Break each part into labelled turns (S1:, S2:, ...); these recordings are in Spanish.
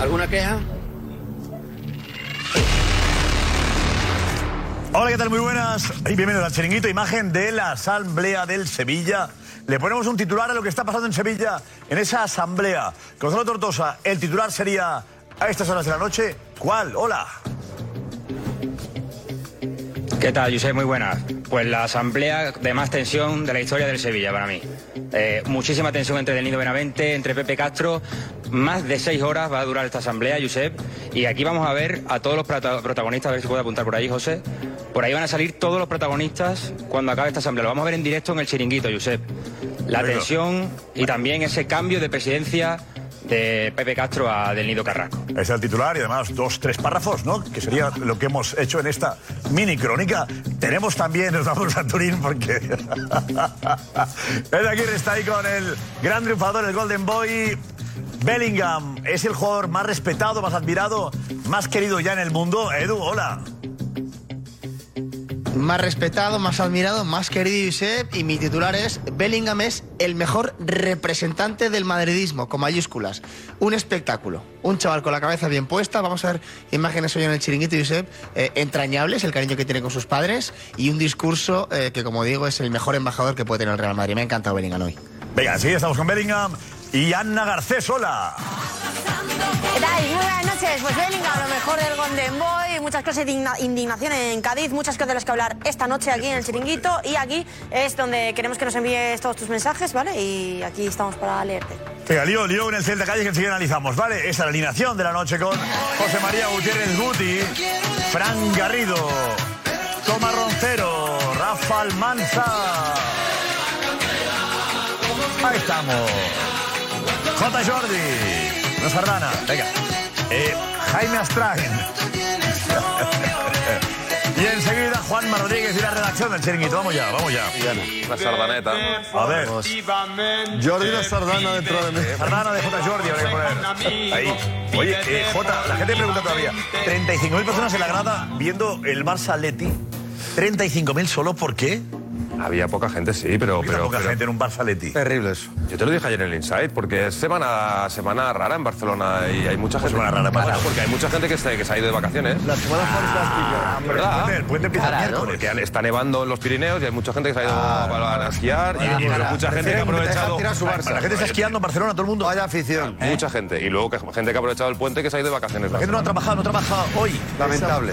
S1: ¿Alguna queja?
S2: Hola, ¿qué tal? Muy buenas y bienvenidos al Chiringuito, imagen de la Asamblea del Sevilla. Le ponemos un titular a lo que está pasando en Sevilla, en esa asamblea. Gonzalo Tortosa, el titular sería a estas horas de la noche. ¿Cuál? Hola.
S3: ¿Qué tal, José? Muy buenas. Pues la asamblea de más tensión de la historia del Sevilla para mí. Eh, muchísima tensión entre Del Nido Benavente, entre Pepe Castro. Más de seis horas va a durar esta asamblea, Josep. Y aquí vamos a ver a todos los prota- protagonistas, a ver si puede apuntar por ahí, José. Por ahí van a salir todos los protagonistas cuando acabe esta asamblea. Lo vamos a ver en directo en el chiringuito, Josep. La
S2: Bueno.
S3: tensión y también ese cambio de presidencia de Pepe Castro a Del Nido Carrasco.
S2: Ahí está el titular y además dos, tres párrafos, ¿no? Que sería lo que hemos hecho en esta mini crónica. Tenemos también, nos vamos a Turín porque. Ed Aguirre está ahí con el gran triunfador, el Golden Boy. Bellingham es el jugador más respetado, más admirado, más querido ya en el mundo. Edu, hola.
S1: Más respetado, más admirado, más querido Josep y mi titular es Bellingham es el mejor representante del madridismo, con mayúsculas. Un espectáculo. Un chaval con la cabeza bien puesta. Vamos a ver imágenes hoy en el chiringuito, Josep. eh, entrañables, el cariño que tiene con sus padres y un discurso eh, que, como digo, es el mejor embajador que puede tener el Real Madrid. Me ha encantado Bellingham hoy.
S2: Venga, sí, estamos con Bellingham y Anna Garcés, hola.
S4: ¿Qué tal? Muy buenas noches. Pues Bellingham, lo mejor del Golden Boy, muchas cosas de indigna- indignación en Cádiz, muchas cosas de las que hablar esta noche aquí en el chiringuito. Y aquí es donde queremos que nos envíes todos tus mensajes, ¿vale? Y aquí estamos para leerte.
S2: Venga, lío, lío en el Celta Calle que enseguida analizamos, ¿vale? Esa es la alineación de la noche con José María Gutiérrez Guti, Fran Garrido, Tomás Roncero, Rafa Almanza. Ahí estamos. J. Jordi, no Sardana, venga. Eh, Jaime Astrain. y enseguida Juan Rodríguez y la redacción del Chiringuito. Vamos ya, vamos ya.
S5: La sardaneta.
S2: A ver,
S5: Jordi
S6: la
S5: sardana dentro de mí.
S2: Sardana de J. Jordi habrá que poner. Ahí. Oye, eh, J, la gente pregunta todavía. 35.000 personas en la grada viendo el Barça Leti. 35.000 solo, ¿por qué?
S5: Había poca gente, sí, pero.
S2: Porque
S5: pero,
S2: poca
S5: pero-
S2: gente en un Barça Leti.
S6: Terrible eso.
S5: Yo te lo dije ayer en el Inside, porque es semana, semana rara en Barcelona y hay mucha gente.
S2: semana rara en Barcelona.
S5: porque hay mucha gente que se, que se ha ido de vacaciones.
S6: La semana fantástica.
S2: Hombre,
S5: ¿verdad?
S2: el puente- El puente empieza el miércoles.
S5: Porque está nevando en los Pirineos y hay mucha gente que se ha ido a, a esquiar y, y mucha gente que ha aprovechado. Eh.
S6: tirar su Barça.
S2: La gente está esquiando en Barcelona, todo el mundo.
S6: Vaya afición.
S5: Mucha gente. Y luego que, gente que ha aprovechado el puente y que se ha ido de vacaciones.
S2: La gente no ha trabajado, no ha trabajado hoy.
S6: Lamentable.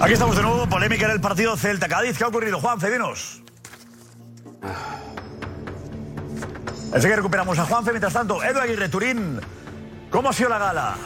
S2: Aquí estamos de nuevo, polémica en el partido Celta-Cádiz. ¿Qué ha ocurrido, Juan? Dinos. Así que recuperamos a Juanfe. Mientras tanto, Edu Aguirre Turín, ¿cómo ha sido la gala?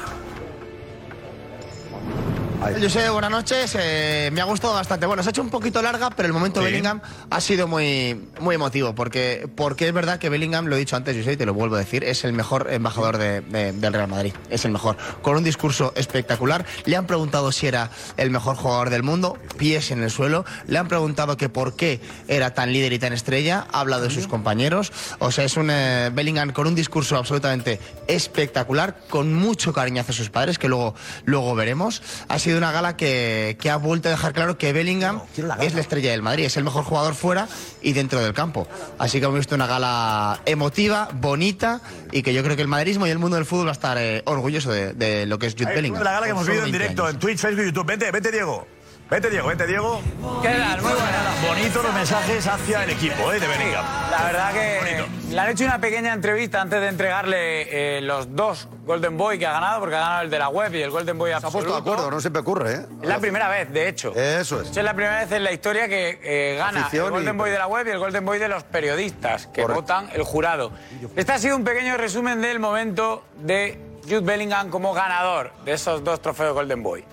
S1: José, buenas noches. Eh, me ha gustado bastante. Bueno, se ha hecho un poquito larga, pero el momento
S2: Sí.
S1: Bellingham ha sido muy, muy emotivo. Porque, porque es verdad que Bellingham, lo he dicho antes, José, y te lo vuelvo a decir, es el mejor embajador de- de- del Real Madrid. Es el mejor. Con un discurso espectacular. Le han preguntado si era el mejor jugador del mundo, pies en el suelo. Le han preguntado que por qué era tan líder y tan estrella. Ha hablado de sus compañeros. O sea, es un eh, Bellingham con un discurso absolutamente espectacular, con mucho cariño hacia sus padres, que luego, luego veremos. Ha sido una gala que, que ha vuelto a dejar claro que Bellingham
S7: quiero la gala.
S1: es la estrella del Madrid, es el mejor jugador fuera y dentro del campo. Así que hemos visto una gala emotiva, bonita y que yo creo que el madridismo y el mundo del fútbol va a estar eh, orgulloso de, de lo que es Jude
S2: Ahí,
S1: Bellingham.
S2: Eh, La gala que
S1: con
S2: hemos
S1: solo
S2: vivido en
S1: 20
S2: directo
S1: años.
S2: en Twitch, Facebook, YouTube. Vete, vete, Diego. Vete, Diego, vete, Diego.
S7: ¿Qué tal? Muy buena.
S2: Bonitos los mensajes hacia el equipo eh, de Bellingham.
S7: La verdad que le han hecho una pequeña entrevista antes de entregarle eh, los dos Golden Boy que ha ganado, porque ha ganado el de la web y el Golden Boy
S6: Se ha
S7: absoluto.
S6: puesto de acuerdo, no siempre ocurre, ¿eh?
S7: Es la primera vez, de hecho.
S6: Eso es.
S7: Esa es la primera vez en la historia que eh, gana
S6: Afición
S7: el Golden
S6: y-
S7: Boy de la web y el Golden Boy de los periodistas que
S6: Correcto.
S7: votan el jurado. Este ha sido un pequeño resumen del momento de Jude Bellingham como ganador de esos dos trofeos Golden Boy.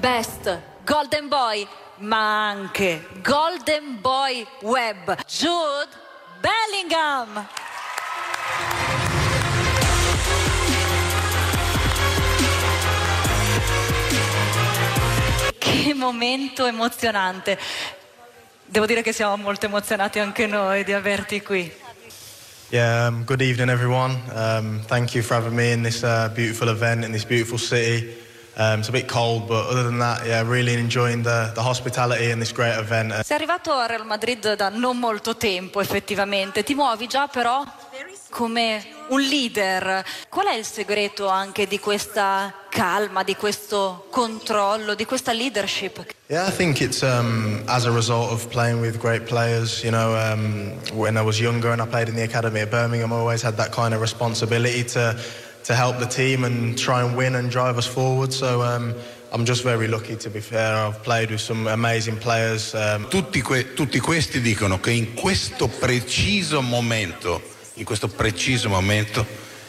S8: Best, Golden Boy, ma anche Golden Boy Web, Jude Bellingham. Che momento emozionante. Devo dire che siamo molto emozionati anche noi di averti qui.
S9: Yeah, um, good evening, everyone. Um, thank you for having me in this uh, beautiful event in this beautiful city. Um, it's a bit cold, but other than that, yeah, really enjoying the, the hospitality and this great event. Uh,
S8: Sei arrivato al Real Madrid da non molto tempo effettivamente, ti muovi già però come un leader. Qual è il segreto anche di questa calma, di questo controllo, di questa leadership?
S9: yeah, I think it's um, as a result of playing with great players. You know, um, when I was younger and I played in the academy at Birmingham, I always had that kind of responsibility to to help the team and try and win and drive us forward. So. Um, I'm just very lucky to be fair. I've played with some amazing players. Um,
S10: Tutti, que- tutti questi dicono che in questo preciso momento, in questo preciso momento,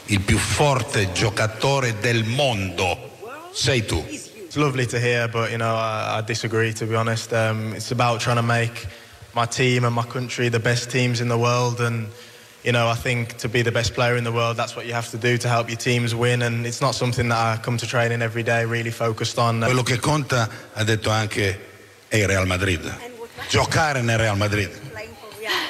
S10: il più forte giocatore del mondo sei tu.
S9: It's lovely to hear, but you know, I, I disagree to be honest. Um, it's about trying to make my team and my country the best teams in the world, and you know, I think to be the best player in the world, that's what you have to do to help your teams win. And it's not something that I come to training every day really focused on.
S10: Quello che conta, ha detto anche, è il Real Madrid. Giocare nel Real Madrid.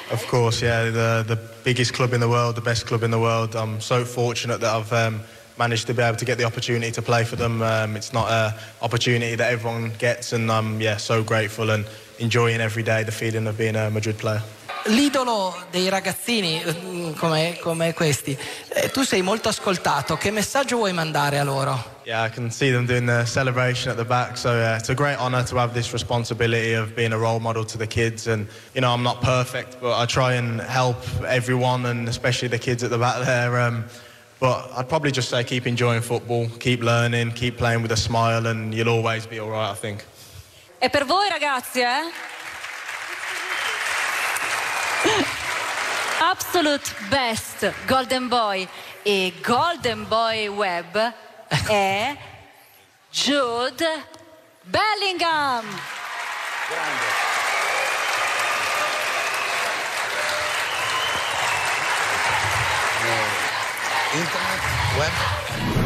S9: Of course, yeah, the the biggest club in the world, the best club in the world. I'm so fortunate that I've. Um, Managed to be able to get the opportunity to play for them. Um, it's not an opportunity that everyone gets, and I'm yeah so grateful and enjoying every day the feeling of being a Madrid player.
S11: L'idolo dei ragazzini mm, come, come questi, eh, tu sei molto ascoltato, che messaggio vuoi mandare a loro?
S9: Yeah, I can see them doing the celebration at the back. So uh, it's a great honour to have this responsibility of being a role model to the kids. And you know, I'm not perfect, but I try and help everyone, and especially the kids at the back there. Um, but I'd probably just say keep enjoying football, keep learning, keep playing with a smile, and you'll always be all right. I think.
S8: È per voi ragazzi, eh? Absolute Best Golden Boy e Golden Boy Web è Jude Bellingham.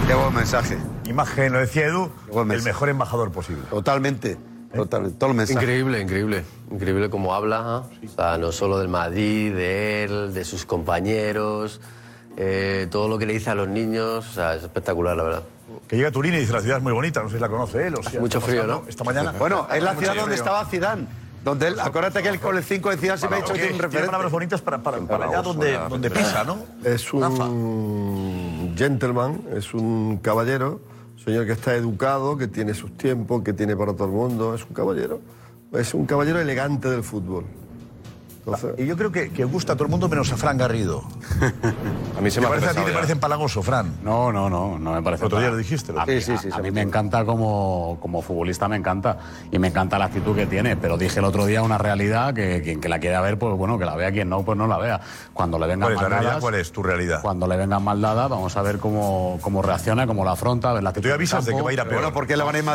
S6: Qué buen mensaje.
S2: Imagen, lo decía Edu,
S6: buen
S2: el
S6: mensaje.
S2: mejor embajador posible. ¿Eh?
S6: Totalmente. Totalmente. Todo el mensaje.
S12: Increíble, increíble. Increíble cómo habla. ¿eh? O sea, no solo del Madrid, de él, de sus compañeros, eh, todo lo que le dice a los niños. O sea, es espectacular, la verdad.
S2: Que llega a Turín y dice, la ciudad es muy bonita, no sé si la conoce él. O si la
S12: mucho
S2: está
S12: frío,
S2: pasando
S12: ¿no?
S2: Esta mañana.
S6: Bueno, es la
S2: Mucho
S6: ciudad donde
S2: frío.
S6: estaba Zidane. Donde él, acuérdate que él con el 5 de Zidane se me ha
S2: Palabras-
S6: hecho que
S2: que
S6: tiene un
S2: tiene
S6: referente.
S2: palabras bonitas para, para, para allá donde, donde pisa, ¿no?
S13: Es un gentleman, es un caballero, un señor que está educado, que tiene sus tiempos, que tiene para todo el mundo, es un caballero. Es un caballero elegante del fútbol.
S2: Ah, Y yo creo que, que gusta a todo el mundo menos a Fran Garrido.
S14: A mí se
S2: ¿Te
S14: me ha
S2: parece a ti
S14: pesado
S2: te
S14: ya.
S2: parece empalagoso, Fran?
S14: No, no, no, no me parece.
S2: Otro día
S14: para-
S2: lo dijiste, lo
S14: A mí,
S2: dijiste.
S14: a- a mí me encanta como, como futbolista, me encanta. Y me encanta la actitud que tiene. Pero dije el otro día una realidad que quien que la quiera ver, pues bueno, que la vea. Quien no, pues no la vea. Cuando le vengan
S2: ¿Cuál es la
S14: maldadas-
S2: realidad? ¿Cuál es tu realidad?
S14: Cuando le vengan mal dadas, vamos a ver cómo, cómo reacciona, cómo la afronta, a ver la actitud.
S2: Tú avisas de que va a ir a peor.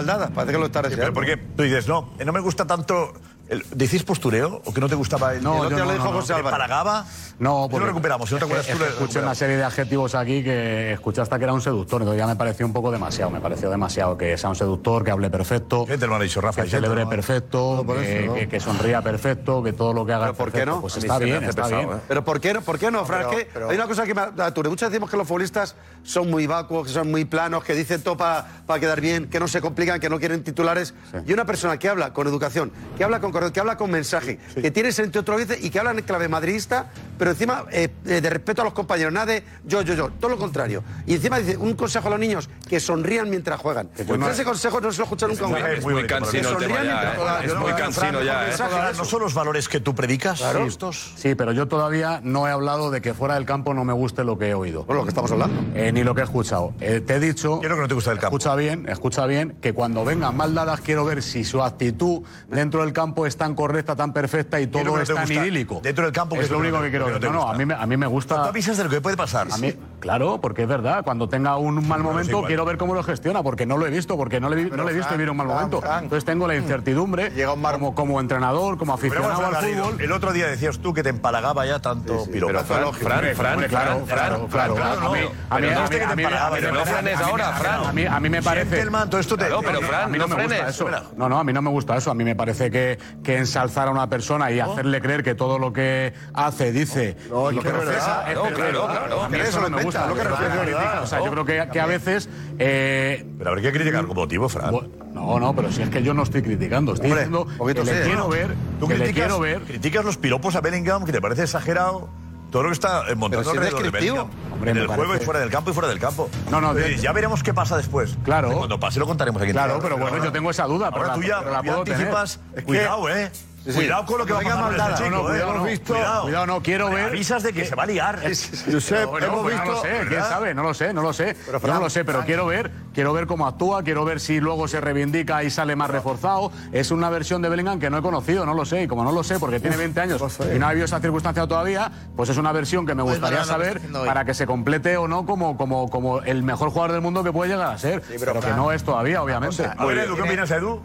S6: dadas? Parece que lo está
S2: deseando. ¿Por qué? Tú dices, no, eh, no me gusta tanto... el- ¿Decís postureo o que no te gustaba? El,
S14: No,
S2: el
S14: yo
S2: otro
S14: no,
S2: lo dijo
S14: no, no.
S2: José
S14: ¿Te
S2: Álvarez.
S14: paragaba?
S2: Eso
S14: No,
S2: Pues lo
S14: porque
S2: recuperamos, si no te
S14: es que-
S2: acuerdas tú,
S14: es que
S2: lo
S14: escuché
S2: recuperamos.
S14: una serie de adjetivos aquí que escuché hasta que era un seductor, entonces ya me pareció un poco demasiado, me pareció demasiado que sea un seductor, que hable perfecto,
S2: ¿Qué te lo han dicho, Rafa?
S14: que
S2: Ya te lo
S14: celebre
S2: han-
S14: perfecto,
S2: por
S14: que,
S2: eso, ¿no?
S14: que- que sonría perfecto, que todo lo que haga
S6: ¿Por qué
S14: perfecto.
S6: no?
S14: Pues
S6: A mí
S14: está
S6: se me
S14: bien,
S6: hace
S14: está
S6: pesado,
S14: bien.
S6: ¿eh? Pero ¿por qué no? ¿Por qué no, Fran?
S14: pero-
S6: Es que
S14: pero-
S6: hay una cosa que me atura. Muchas decimos que los futbolistas son muy vacuos, que son muy planos, que dicen todo para quedar bien, que no se complican, que no quieren titulares. Y una persona que habla con educación, que habla con corrección, que habla con mensaje, que tiene sentido otro veces y que habla en clave madridista, pero encima eh, eh, de respeto a los compañeros, nada de yo, yo, yo, todo lo contrario. Y encima dice un consejo a los niños, que sonrían mientras juegan. Pero
S2: no-
S6: ese consejo no se lo escucha nunca a un
S5: muy-
S6: jugador.
S5: es muy
S6: Que
S5: cansino el
S6: sonrían
S5: tema ya,
S6: mientras
S5: ¿eh?
S6: juegan.
S5: Es
S6: Yo no
S5: muy
S6: veo, Fran,
S5: cansino ya, ¿eh?
S6: mensaje de
S2: ¿No
S6: eso.
S2: son los valores que tú predicas?
S14: Sí.
S2: estos?
S14: Sí, pero yo todavía no he hablado de que fuera del campo no me guste lo que he oído.
S6: lo que estamos hablando.
S14: ni lo que he escuchado. Eh, te he dicho.
S2: Quiero que no te gusta el campo.
S14: Escucha bien, escucha bien, que cuando vengan mal dadas quiero ver si su actitud dentro del campo es tan correcta, tan perfecta y
S2: Quiero
S14: todo
S2: que
S14: es
S2: te
S14: tan
S2: gusta.
S14: idílico.
S2: Dentro del campo, ¿qué
S14: Es lo
S2: te-
S14: único
S2: qué
S14: que quiero
S2: te
S14: ver. No, no,
S2: gusta?
S14: a mí, me- a mí me gusta.
S2: Tú avisas de lo que puede pasar.
S14: A mí, claro, porque es verdad. Cuando tenga un mal
S2: Bueno, es
S14: momento,
S2: igual.
S14: quiero ver cómo lo gestiona, porque no lo he visto, porque no le, vi- no le he visto
S2: Fran,
S14: vivir un mal momento. Entonces tengo la incertidumbre como, como entrenador, como
S2: Pero vamos
S14: aficionado
S2: a
S14: al
S2: ver,
S14: fútbol.
S2: El otro día decías tú que te empalagaba ya tanto piropo.
S14: Fran, Fran, Fran, claro, claro, claro. A mí- a mí-
S2: Pero no
S14: a
S2: este
S14: mí-
S2: que te
S14: a mí-
S2: empalagaba,
S14: a mí
S2: pero
S14: me
S2: no
S14: parece-
S2: frenes
S14: a mí-
S2: ahora,
S14: a mí-
S2: Fran.
S14: A mí, a mí me parece.
S2: Gentleman, todo esto te-
S14: Claro,
S2: te-
S14: a mí me gusta eso. No, no, a mí no me gusta eso. A mí me parece que, que ensalzar a una persona y hacerle creer que todo lo que hace, dice,
S13: No, es
S14: y lo
S13: que
S14: que
S13: es
S14: profesa
S13: verdad.
S14: es
S13: No,
S14: verdadero.
S13: claro,
S14: A mí
S13: claro.
S14: eso no me gusta.
S13: Lo que refleja es verdad.
S14: O sea, yo creo que, que a veces. eh,
S2: Pero habría que criticar con motivo, Fran.
S14: no, no, pero si es que yo no estoy criticando, estoy
S2: Hombre,
S14: diciendo
S2: poquito
S14: que le
S2: sé,
S14: quiero
S2: ¿no?
S14: ver,
S2: ¿Tú
S14: que le
S2: criticas-
S14: quiero ver.
S2: Criticas los piropos a Bellingham, que te parece exagerado. Todo lo que está eh,
S14: Pero si es
S2: montando alrededor de
S14: descriptivo.
S2: Bellingham.
S14: Hombre,
S2: en
S14: me
S2: el
S14: parece-
S2: juego y fuera del campo y fuera del campo.
S14: No, no,
S2: Eh,
S14: de-
S2: ya veremos qué pasa después.
S14: Claro.
S2: Cuando pase lo contaremos aquí. en
S14: Claro,
S2: Tierra,
S14: pero bueno, yo tengo esa duda, pero
S2: Ahora
S14: la-
S2: tú ya,
S14: pero la
S2: ya
S14: puedo tener.
S2: anticipas.
S14: Es que-
S2: Cuidado, eh.
S14: Sí, sí.
S2: Cuidado con lo que va a
S14: Venga,
S2: pasar con
S14: maldada.
S2: este chico,
S14: No, no,
S2: eh.
S14: cuidado, no. Cuidado, no, quiero
S2: Me
S14: ver-
S2: Avisas de que se va a liar.
S14: Pero bueno, pues no lo sé, quién sabe, no lo sé, no lo sé. Yo
S2: Fran,
S14: no lo sé, pero
S2: Fran.
S14: quiero ver, quiero ver cómo actúa, quiero ver si luego se reivindica y sale más reforzado. Es una versión de Bellingham que no he conocido, no lo sé, y como no lo sé porque tiene 20 años y no ha habido esa circunstancia todavía, pues es una versión que me
S1: Pues
S14: gustaría
S1: Mariano, lo que está
S14: saber
S1: haciendo hoy.
S14: para que se complete o no como, como, como el mejor jugador del mundo que puede llegar a ser, pero, que
S1: Fran,
S14: no es todavía, obviamente.
S2: A ver, Edu, ¿qué opinas, Edu?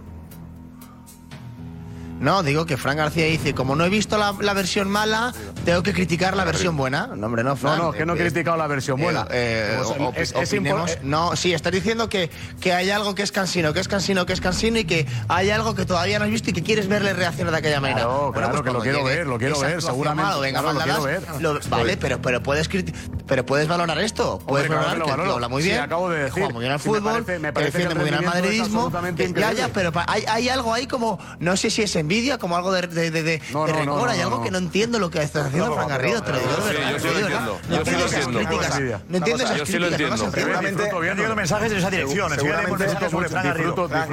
S1: No, digo que Fran García dice, como no he visto la, la versión mala, tengo que criticar la versión buena. No, hombre, no, Fran.
S14: No, no, que no he
S1: Eh,
S14: criticado la versión
S1: eh,
S14: buena.
S1: eh,
S14: Como
S1: o-
S14: es-
S1: opi-
S14: es impor-
S1: opinemos- No, sí, estás diciendo que, que hay algo que es cansino, que es cansino, que es cansino y que hay algo que todavía no has visto y que quieres verle reaccionar de aquella manera.
S14: Claro,
S1: Bueno,
S14: claro,
S1: pues
S14: que lo
S1: cuando
S14: quiero
S1: llegue
S14: ver, lo quiero
S1: esa
S14: ver,
S1: actuación
S14: seguramente,
S1: mala, venga,
S14: claro, lo
S1: maldadas,
S14: quiero ver.
S1: lo- vale, pero, pero, puedes criti- pero puedes valorar esto. Puedes
S14: Hombre, claro
S1: valorar
S14: que lo
S1: que el tío
S14: valoro.
S1: habla muy
S14: Sí,
S1: bien,
S14: acabo de
S1: que
S14: decir.
S1: juega muy bien al
S14: Sí, me
S1: fútbol,
S14: parece- me
S1: que
S14: parece que
S1: defiende
S14: el
S1: muy bien al
S14: rendimiento es
S1: madridismo.
S14: absolutamente
S1: que- Ya, ya,
S14: increíble.
S1: pero pa- hay, hay algo ahí como, no sé si es envidia, como algo de, de, de, de-
S14: No,
S1: de
S14: no, no,
S1: rencor, hay
S14: no,
S1: algo
S14: no.
S1: que no entiendo lo que estás haciendo, Fran Garrido, te lo digo. de
S5: Sí,
S1: verdad,
S5: yo
S1: te
S5: sí
S1: lo
S5: lo
S1: digo de verdad.
S5: entiendo.
S1: No
S5: Yo sí
S1: entiendo
S5: lo
S1: esas
S5: entiendo.
S1: críticas. No entiendo esas
S5: Yo sí
S1: críticas, no
S5: lo
S1: las
S5: entiendo.
S1: entiendo.
S2: Han llegado mensajes en esa dirección. Enseguida leemos
S15: Seguramente,
S2: mensajes sobre Fran Garrido.
S15: Fran,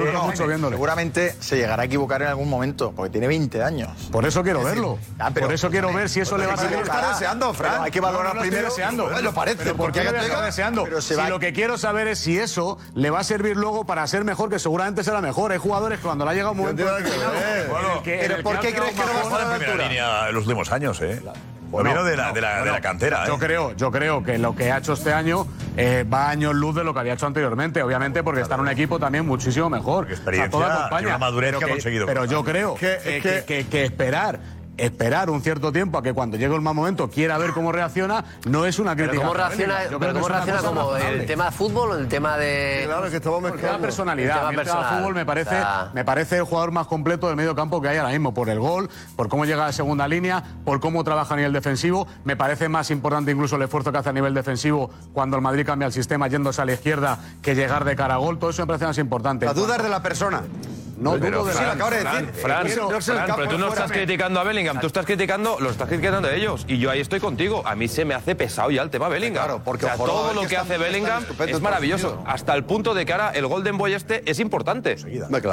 S15: no, seguramente se llegará a equivocar en algún momento, porque tiene 20 años.
S14: Por eso quiero
S15: Es decir,
S14: verlo.
S15: ah, pero-
S14: Por
S2: pues,
S14: eso quiero ver si eso
S15: Pero
S14: le va a
S15: se
S14: salir.
S15: equivocará. Pero Hay que valorar primero. Bueno, lo parece, porque
S14: porque
S15: haga-
S14: lo está deseando.
S15: Pero se
S14: si
S15: va-
S14: lo que quiero saber es si eso le va a servir luego para ser mejor, que seguramente será mejor. Hay jugadores que cuando le ha llegado un momento.
S2: eh. Pero ¿por qué crees que no va a estar en primera línea en los últimos años, eh? Lo vino de la, de la, de la cantera,
S14: Yo
S2: eh.
S14: creo, yo creo que lo que ha hecho este año eh, va años luz de lo que había hecho anteriormente, obviamente porque está en un equipo también muchísimo mejor. O sea,
S2: experiencia,
S14: todo
S2: tiene una madurez
S14: pero
S2: que ha conseguido.
S14: Pero yo creo
S2: Es que- es
S14: eh, que, que- que esperar. Esperar un cierto tiempo a que cuando llegue el mal momento quiera ver cómo reacciona no es una
S12: Pero
S14: crítica.
S12: cómo
S14: para Bellingham.
S12: reacciona,
S14: Yo creo
S12: pero
S14: que
S12: cómo
S14: es una
S12: reacciona
S14: cosa
S12: como
S14: razonable.
S12: el tema de fútbol, el tema de.
S14: Claro, que estamos El tema personalidad.
S12: El tema
S14: A mí el tema
S12: personal.
S14: fútbol me parece,
S12: O sea,
S14: me parece el jugador más completo del medio campo que hay ahora mismo. Por el gol, por cómo llega a segunda línea, por cómo trabaja a nivel defensivo. Me parece más importante incluso el esfuerzo que hace a nivel defensivo cuando el Madrid cambia el sistema yéndose a la izquierda que llegar de cara a gol. Todo eso me parece más importante.
S6: La duda es de la persona.
S14: No
S5: Pero,
S14: dudo de
S5: Fran,
S14: nada.
S5: Fran, Fran, Fran, pero tú no estás criticando a Bellingham, tú estás criticando, lo estás criticando a ellos. Y yo ahí estoy contigo. A mí se me hace pesado ya el tema Bellingham.
S15: Claro, porque
S5: O sea,
S15: Ojorodov
S5: todo
S15: es
S5: lo
S15: que
S5: que
S15: está-
S5: hace
S15: está
S5: Bellingham
S15: estupendo
S5: es
S15: este
S5: maravilloso. Hasta el punto de que ahora el Golden Boy este es importante.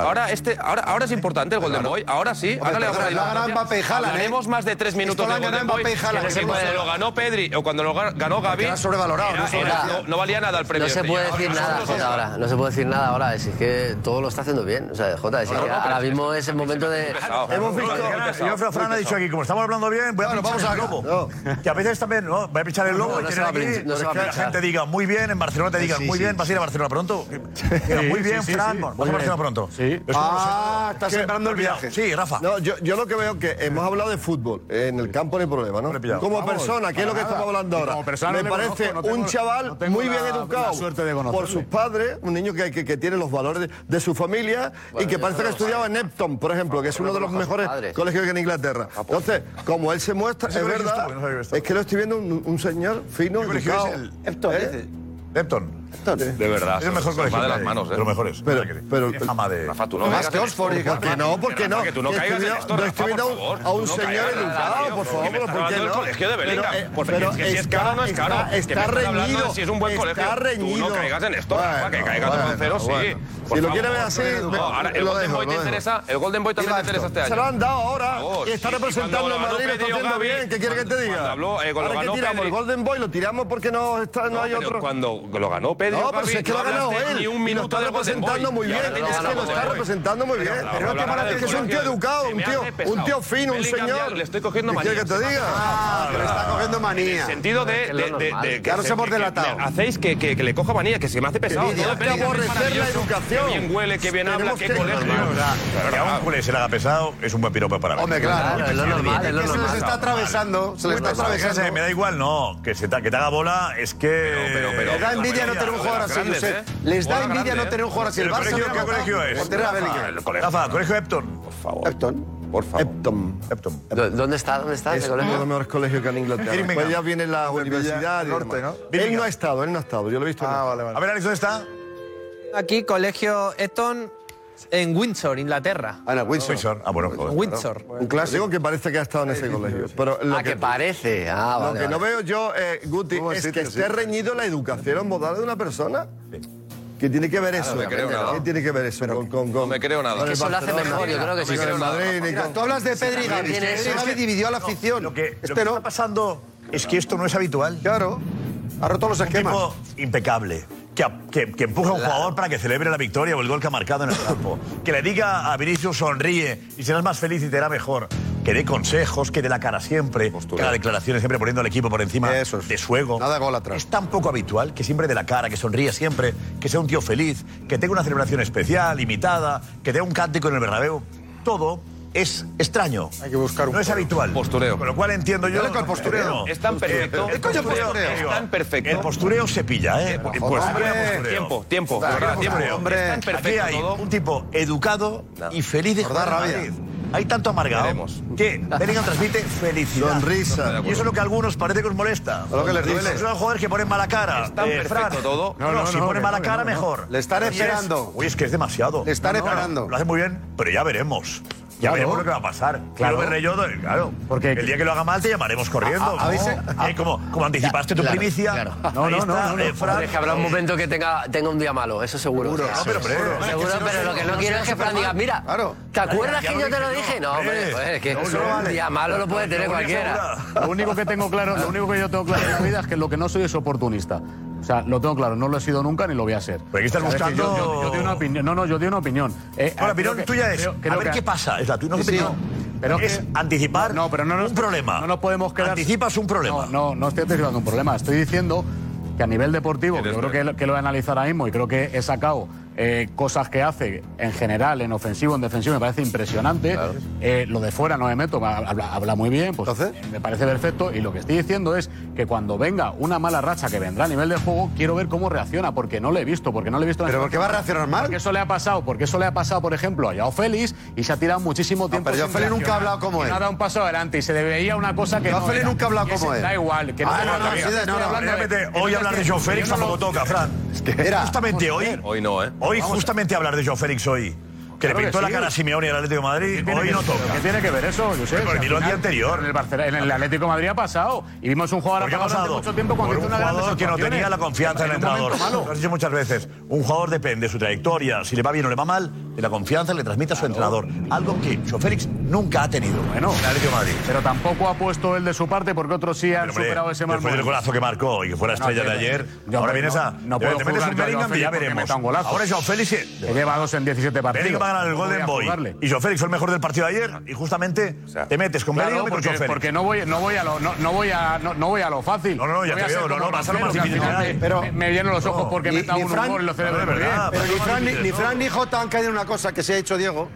S5: Ahora, este, ahora, ahora es importante el Golden Boy. Ahora sí.
S6: Hombre,
S5: Ahora le
S6: perdona,
S5: vamos a
S6: lo ha ganado Mbappé y Haaland, ¿eh?
S5: Hablaremos más de tres
S6: Esto
S5: minutos
S6: lo
S5: de
S6: han ganado
S5: Golden Boy.
S6: Mbappé y Haaland,
S5: que
S6: que no lo
S5: Cuando
S6: sabe.
S5: lo ganó Pedri o cuando lo ga- ganó Gaby.
S6: era sobrevalorado,
S5: era-
S6: no sobrevalorado.
S5: era- no- no valía nada el premio.
S12: No se
S5: este.
S12: puede
S5: Y ahora
S12: decir nada,
S5: nosotros-
S12: Jota, ahora. No se puede decir nada ahora. Es que todo lo está haciendo bien. O sea, Jota, es que
S5: Bueno, no,
S12: ahora
S5: pero
S12: mismo es el momento de...
S2: Hemos visto, yo creo que Fran ha dicho aquí, como estamos hablando bien, voy a
S12: Bueno,
S2: pinchar
S12: vamos
S2: el
S12: a-
S2: globo. Que a veces también, ¿no? Voy a pinchar el
S12: No,
S2: globo
S12: no
S2: y
S12: se
S2: tener
S12: va a
S2: aquí
S12: pinchar, no
S2: pues,
S12: se va a
S2: que la
S12: pinchar.
S2: gente diga muy bien, en Barcelona te digan
S12: Sí,
S2: muy
S12: sí,
S2: bien, vas a ir a Barcelona pronto. Que- que digan, muy
S13: Sí,
S2: bien,
S13: sí, sí,
S2: Fran,
S13: sí.
S2: vas
S13: Muy
S2: a
S13: bien.
S2: Barcelona pronto. Eso no lo sé.
S13: Ah, estás
S2: ¿Qué?
S13: sembrando el viaje.
S2: Sí, Rafa.
S13: No, yo, yo lo que veo que hemos hablado de fútbol. En el campo no hay problema, ¿no?
S2: pillado.
S13: Como
S2: Vamos,
S13: persona, ¿qué es lo que
S2: para
S13: estamos
S2: nada.
S13: hablando
S2: Y
S13: ahora?
S2: como persona
S13: Me
S2: no le
S13: parece
S2: conozco, no tengo-
S13: un chaval
S2: no tengo
S13: muy bien
S2: la-
S13: educado.
S2: la suerte de conocerle.
S13: por sus padres, un niño que, que- que tiene los valores de, de su familia
S12: Bueno,
S13: y que
S12: yo no
S13: parece que
S12: lo
S13: estudiaba en Epton, por ejemplo, que es uno de los
S12: conozco a sus
S13: mejores
S12: padres.
S13: colegios que en Inglaterra. Entonces, como él se muestra,
S2: Ese
S13: es
S2: colegio
S13: verdad,
S2: estuvo, no sabía que estaba.
S13: es que lo estoy viendo un, un señor fino,
S2: ¿Qué colegio
S13: educado. ¿Eh?
S2: es el-
S13: Epton,
S2: Epton.
S5: De verdad.
S2: Es el mejor
S5: se nos
S2: colegio.
S5: va de las
S2: que-
S5: manos, ¿eh?
S2: De los mejores.
S13: Pero, pero,
S2: Tiene fama de.
S5: Rafa, tú no
S13: Más
S5: caigas
S13: que
S5: en
S13: Oxford,
S5: esto,
S13: ¿por qué
S5: Rafa?
S13: no? ¿Por qué no?
S5: Rafa, Que tú no
S13: Que
S5: caigas en
S13: estuviera-
S5: esto,
S13: pero
S5: Rafa, por
S13: estuviera un-
S5: favor.
S13: a un
S5: Tú no
S13: señor
S5: caigas en
S13: educado,
S5: nada, tío,
S13: por
S5: que me
S13: favor,
S5: estás
S13: ¿por qué
S5: hablando del
S13: no?
S5: colegio de Bellingham,
S13: Pero, eh,
S5: porque
S13: pero
S5: es que si es
S13: está-
S5: caro o no es caro,
S13: está-
S5: que me
S13: está
S5: estás hablando de
S13: reñido,
S5: si es un buen colegio.
S13: está
S5: Tú no
S13: reñido.
S5: caigas en esto, Rafa, que
S13: Bueno,
S5: caigas
S13: bueno,
S5: 11-0, sí.
S13: bueno.
S5: Por
S13: Si lo
S5: favor.
S13: quiere ver así,
S5: No,
S13: me-
S5: ahora, el
S13: lo
S5: Golden
S13: dejo,
S5: Boy
S13: lo
S5: te
S13: dejo.
S5: interesa, el Golden Boy también
S13: Iba
S5: te
S13: esto.
S5: interesa este año.
S13: Se lo han dado ahora
S5: Por
S13: y está
S5: favor, sí,
S13: representando
S5: cuando
S13: en
S5: lo ganó
S13: Madrid, lo está
S5: Pedri o
S13: haciendo
S5: Gavi,
S13: bien. ¿Qué quiere que te
S5: cuando-
S13: diga?
S5: cuando habló, eh, cuando
S13: Ahora que
S5: ganó
S13: tiramos
S5: Pedri.
S13: el Golden Boy, lo tiramos porque no, está, no hay
S5: Pero
S13: otro.
S5: Cuando lo ganó Pedro.
S13: No, pero si es que lo ha ganado él.
S5: Ni un
S13: Y lo
S5: minuto
S13: está
S5: del Golden
S13: representando
S5: Boy. Y
S13: muy bien.
S5: ahora
S13: Es
S5: tienes
S13: que
S5: el
S13: lo
S5: Golden
S13: está
S5: Boy.
S13: representando muy bien.
S5: Pero
S13: Pero no
S5: hablar
S13: te parece
S5: del
S13: que es un tío
S5: colegio
S13: educado,
S5: se
S13: un
S5: me
S13: tío,
S5: hace pesado.
S13: un tío fino, un
S5: Bellingham ya
S13: señor.
S5: Le estoy cogiendo
S13: ¿Qué
S5: manía.
S13: quiere que te
S5: se me hace
S13: diga?
S5: pesado.
S13: pero está cogiendo
S5: En el
S13: manía.
S5: sentido de,
S13: Es que es lo
S5: de- de-
S13: normal.
S5: de-
S13: Ya nos
S5: se-
S13: hemos
S5: me
S13: delatado.
S5: hacéis que, que- que le coja manía, que se me hace pesado.
S13: Envidia.
S5: Todo
S13: Hay que
S5: Bellingham es
S13: aborrecer la
S5: maravilloso,
S13: educación.
S5: Qué bien huele, qué bien habla,
S13: Tenemos
S5: qué
S13: que-
S5: colegio.
S13: Normal.
S2: Que a un culé se le haga pesado es un buen piropo para mí.
S13: Hombre, claro, Claro, es lo normal, es lo
S2: Que se les
S13: normal.
S2: está
S13: atravesando, se les está
S2: Muchas veces,
S13: atravesando.
S2: eh, Me da igual, no. Que, se ta- que te haga bola es que.
S5: Pero- pero-
S6: Les da envidia no tener un jugador así,
S2: Grandes,
S6: Josep.
S2: ¿eh?
S6: Les da
S2: Bola
S6: envidia no
S2: grande, ¿eh?
S6: tener un jugador así. El
S2: ¿El
S6: Barça
S2: colegio
S6: no
S2: qué
S6: gana.
S2: colegio es?
S6: Por tener a
S2: Rafa,
S6: Bellingham.
S2: el colegio- Rafa, colegio Epton. Por favor.
S6: Epton.
S5: Por favor.
S13: Epton.
S2: Epton.
S12: ¿Dó- ¿Dónde está? ¿Dónde está?
S13: Es
S12: ese
S13: uno de
S12: colegio?
S13: los mejores colegios que hay en Inglaterra.
S2: Birmingham.
S13: Pues ya viene la
S15: Birmingham,
S13: universidad. y
S15: norte,
S13: demás.
S15: ¿no?
S13: Él no ha estado, él no ha estado. Yo lo he visto.
S15: Ah, vale, vale.
S2: A ver, Alex, ¿dónde está?
S11: Aquí, colegio Eton en Windsor, Inglaterra.
S13: Ana Windsor.
S2: Windsor. Ah, bueno, joder.
S11: Windsor.
S13: Un clásico Digo que parece que ha estado en ese colegio. Pero lo
S12: Ah, que parece. Ah,
S13: Lo
S12: vale,
S13: que no
S12: vale.
S13: veo yo, eh, Guti,
S12: Muy buen
S13: es
S12: sitio,
S13: que
S12: sí.
S13: esté reñido la educación moral de una persona. ¿Qué tiene que ver
S5: Claro,
S13: eso?
S5: me creo
S13: ¿Qué
S5: nada.
S13: tiene que ver eso con, con, con-
S5: No me creo nada.
S13: con el
S5: Es que eso
S12: lo hace
S13: Barcelona,
S12: mejor, yo creo que sí.
S13: con el
S12: Creo nada.
S13: Madrid, ni
S6: Mira,
S13: con-
S6: Tú hablas de Pedri y
S12: Sí,
S6: Gavi.
S12: tiene
S6: Pedri y
S12: eso.
S6: Gavi dividió a la afición.
S2: Lo que, lo que
S6: Este no.
S2: está pasando es que esto no es habitual.
S6: Claro. Ha roto los
S2: Un
S6: esquemas.
S2: tipo impecable. Que, a- que- que empuja a un jugador para que celebre la victoria o el gol que ha marcado en el campo. que le diga a Vinicius sonríe y serás más feliz y te hará mejor. Que dé consejos, que dé la cara siempre. Que la declaración siempre poniendo al equipo por encima
S6: Eso es.
S2: de su ego.
S6: Nada gol atrás.
S2: Es tan poco habitual que siempre dé la cara, que sonríe siempre, que sea un tío feliz, que tenga una celebración especial, imitada, que dé un cántico en el Bernabéu. Todo es extraño.
S15: Hay que buscar un
S2: No es
S15: poco.
S2: habitual.
S5: Postureo.
S2: Con lo cual entiendo yo.
S6: Dale con el postureo.
S2: No.
S5: Es tan perfecto.
S2: El postureo,
S5: Es
S2: digo,
S5: tan perfecto.
S2: El postureo se pilla, ¿eh? Pues
S6: hombre,
S2: el postureo.
S5: Tiempo, tiempo. de
S6: Claro,
S5: verdad, tiempo.
S6: hombre.
S5: Es tan
S2: Aquí
S5: perfecto
S2: hay
S5: todo.
S2: un tipo educado y feliz de
S6: Nos da
S2: jugar en
S6: rabia.
S2: Madrid. Hay tanto amargado
S5: Veremos.
S2: que Bellingham transmite felicidad.
S13: Sonrisa.
S2: Y eso es lo que a algunos parece que os molesta.
S6: lo que les
S2: Porque
S6: duele.
S2: Son los jugadores que ponen mala cara.
S5: Es tan perfecto
S2: Fran,
S5: todo.
S2: No, no, si pone mala cara, mejor.
S6: Le están
S2: Oye, es-
S6: esperando.
S2: Oye, es que es demasiado.
S6: Le están
S2: No, no,
S6: esperando.
S2: Lo hace muy bien, pero ya veremos. Ya veremos lo que va a pasar. Claro, veré yo, claro.
S14: Porque-
S2: el día que lo haga mal te llamaremos corriendo.
S6: A- a- a veces-
S2: ¿no? Eh, como, como anticipaste tu
S12: Claro,
S2: primicia.
S12: claro.
S2: No, no, no,
S12: Hombre, es que habrá un momento que tenga, tenga un día malo, eso seguro.
S2: No, pero, hombre,
S12: Seguro,
S2: es que si no
S12: pero
S2: se-
S12: lo que
S2: no
S12: no
S2: se
S12: quiero es que
S2: hace
S12: Fran diga,
S2: mal.
S12: mira,
S6: Claro.
S12: ¿te acuerdas
S2: ya
S12: que
S2: lo
S12: yo te lo
S2: dije yo.
S12: dije? No, hombre,
S2: Eh,
S12: pues, es que
S2: no,
S12: eso,
S2: no
S12: un
S2: vale.
S12: día malo lo puede tener
S2: No, no,
S12: cualquiera.
S2: segura.
S14: Lo único que tengo claro, lo único que yo tengo claro en la vida es que lo que no soy es oportunista. O sea, lo tengo claro, no lo he sido nunca ni lo voy a ser.
S5: Pues
S2: Pero aquí estás
S14: O sea, es que
S2: buscando-
S14: Yo, yo, yo doy una opinión. No, no, yo doy una opinión. Eh,
S2: No, la
S14: creo
S2: opinión
S14: que-
S2: tuya es,
S14: creo- creo
S2: a ver
S14: que-
S2: qué pasa. Es la tuya, no es
S14: Sí,
S2: opinión.
S14: pero
S2: es
S14: que-
S2: anticipar
S14: No, pero no nos-
S2: un problema.
S14: No nos podemos quedar.
S2: Anticipas un problema.
S14: No, no, no estoy anticipando un problema. Estoy diciendo que a nivel deportivo, que yo creo que, lo- que lo voy a analizar ahora mismo y creo que he sacado eh, cosas que hace en general, en ofensivo, en defensivo, me parece impresionante. Eh, lo de fuera no me meto, ma- habla, habla muy bien, pues
S6: Entonces.
S14: eh, me parece perfecto. Y lo que estoy diciendo es que cuando venga una mala racha que vendrá a nivel de juego, quiero ver cómo reacciona, porque no le he visto, porque no le he visto. en
S6: Pero
S14: esta
S6: porque va a
S14: temporada.
S6: reaccionar mal.
S14: Porque eso le ha pasado, porque eso le ha pasado, por ejemplo, a Yao Félix y se ha tirado muchísimo tiempo.
S6: Ah, pero Joao
S14: sin
S6: Félix nunca ha
S14: reaccionar.
S6: hablado como
S14: Y
S6: él.
S14: no ha dado un paso adelante y se le veía una cosa que
S6: Joao
S14: no
S6: Félix
S14: era.
S6: nunca ha hablado
S14: Y ese-
S6: como él.
S14: Da igual, que te
S6: Ah, no,
S14: hagas
S6: no,
S14: idea.
S6: sí, no,
S14: Estoy
S6: no,
S14: hablando de-
S2: Realmente,
S14: que
S2: hoy
S14: no
S2: hablar
S14: te-
S2: de Joe
S14: que
S2: Félix
S14: yo no lo-
S2: tampoco toca, Fran.
S6: Era.
S2: Justamente hoy.
S5: Hoy no, ¿eh?
S2: Hoy, justamente hablar de Joe Félix hoy. Que
S14: Claro
S2: le pintó
S14: que
S2: la
S14: sí.
S2: cara a Simeone y al Atlético de Madrid.
S14: tiene
S2: Hoy
S14: que-
S2: no toca.
S14: ¿Qué tiene que ver eso, Josep?
S2: Pero
S14: Si al
S2: vino el día
S14: final,
S2: anterior.
S14: En el, Barcelona- en el Atlético de Madrid ha pasado. Y vimos un jugador
S2: ¿Por qué ha
S14: apagado
S2: pasado?
S14: durante mucho tiempo
S2: Por
S14: cuando
S2: un
S14: hizo una gran
S2: jugador que no tenía la confianza en el entrenador. Lo has dicho muchas veces. Un jugador depende de su trayectoria, si le va bien o le va mal, de la confianza que le transmite a su entrenador. Algo que Joe Félix nunca ha tenido bueno, en el Atlético de Madrid.
S14: Pero tampoco ha puesto él de su parte porque otros sí han
S2: Hombre,
S14: superado ese mal
S2: Después del
S14: momento.
S2: golazo que marcó y que fue la
S14: Bueno,
S2: estrella de
S14: sí,
S2: ayer,
S14: yo
S2: ahora
S14: no-
S2: viene esa.
S14: No puedo jugar
S2: Te metes un
S14: yo a Joao
S2: Bellingham y
S14: Félix
S2: ya
S14: porque
S2: veremos.
S14: meta un golazo.
S2: Ahora Joao Félix.
S14: Que lleva dos en 17 partidos.
S2: Bellingham va a ganar el
S14: No voy
S2: Golden
S14: a
S2: Boy.
S14: jugarle.
S2: Y Joe Félix fue el mejor del partido de ayer. Y justamente te metes con
S14: Claro,
S2: Bellingham y con
S14: porque,
S2: Joe Félix.
S14: porque no voy, no voy a lo, no, no voy a, no, no voy a lo fácil. No,
S2: ya te
S14: a ser
S2: veo, no,
S14: como
S2: no, vas a lo
S14: Roncero,
S2: más
S14: que al
S2: difícil,
S14: final me-
S2: ¿eh?
S14: me, llenan los ojos porque me da un gol y lo celebro muy bien.
S6: Pero ni Fran ni, ni Fran ni Jota han caído en una cosa que se ha hecho Diego.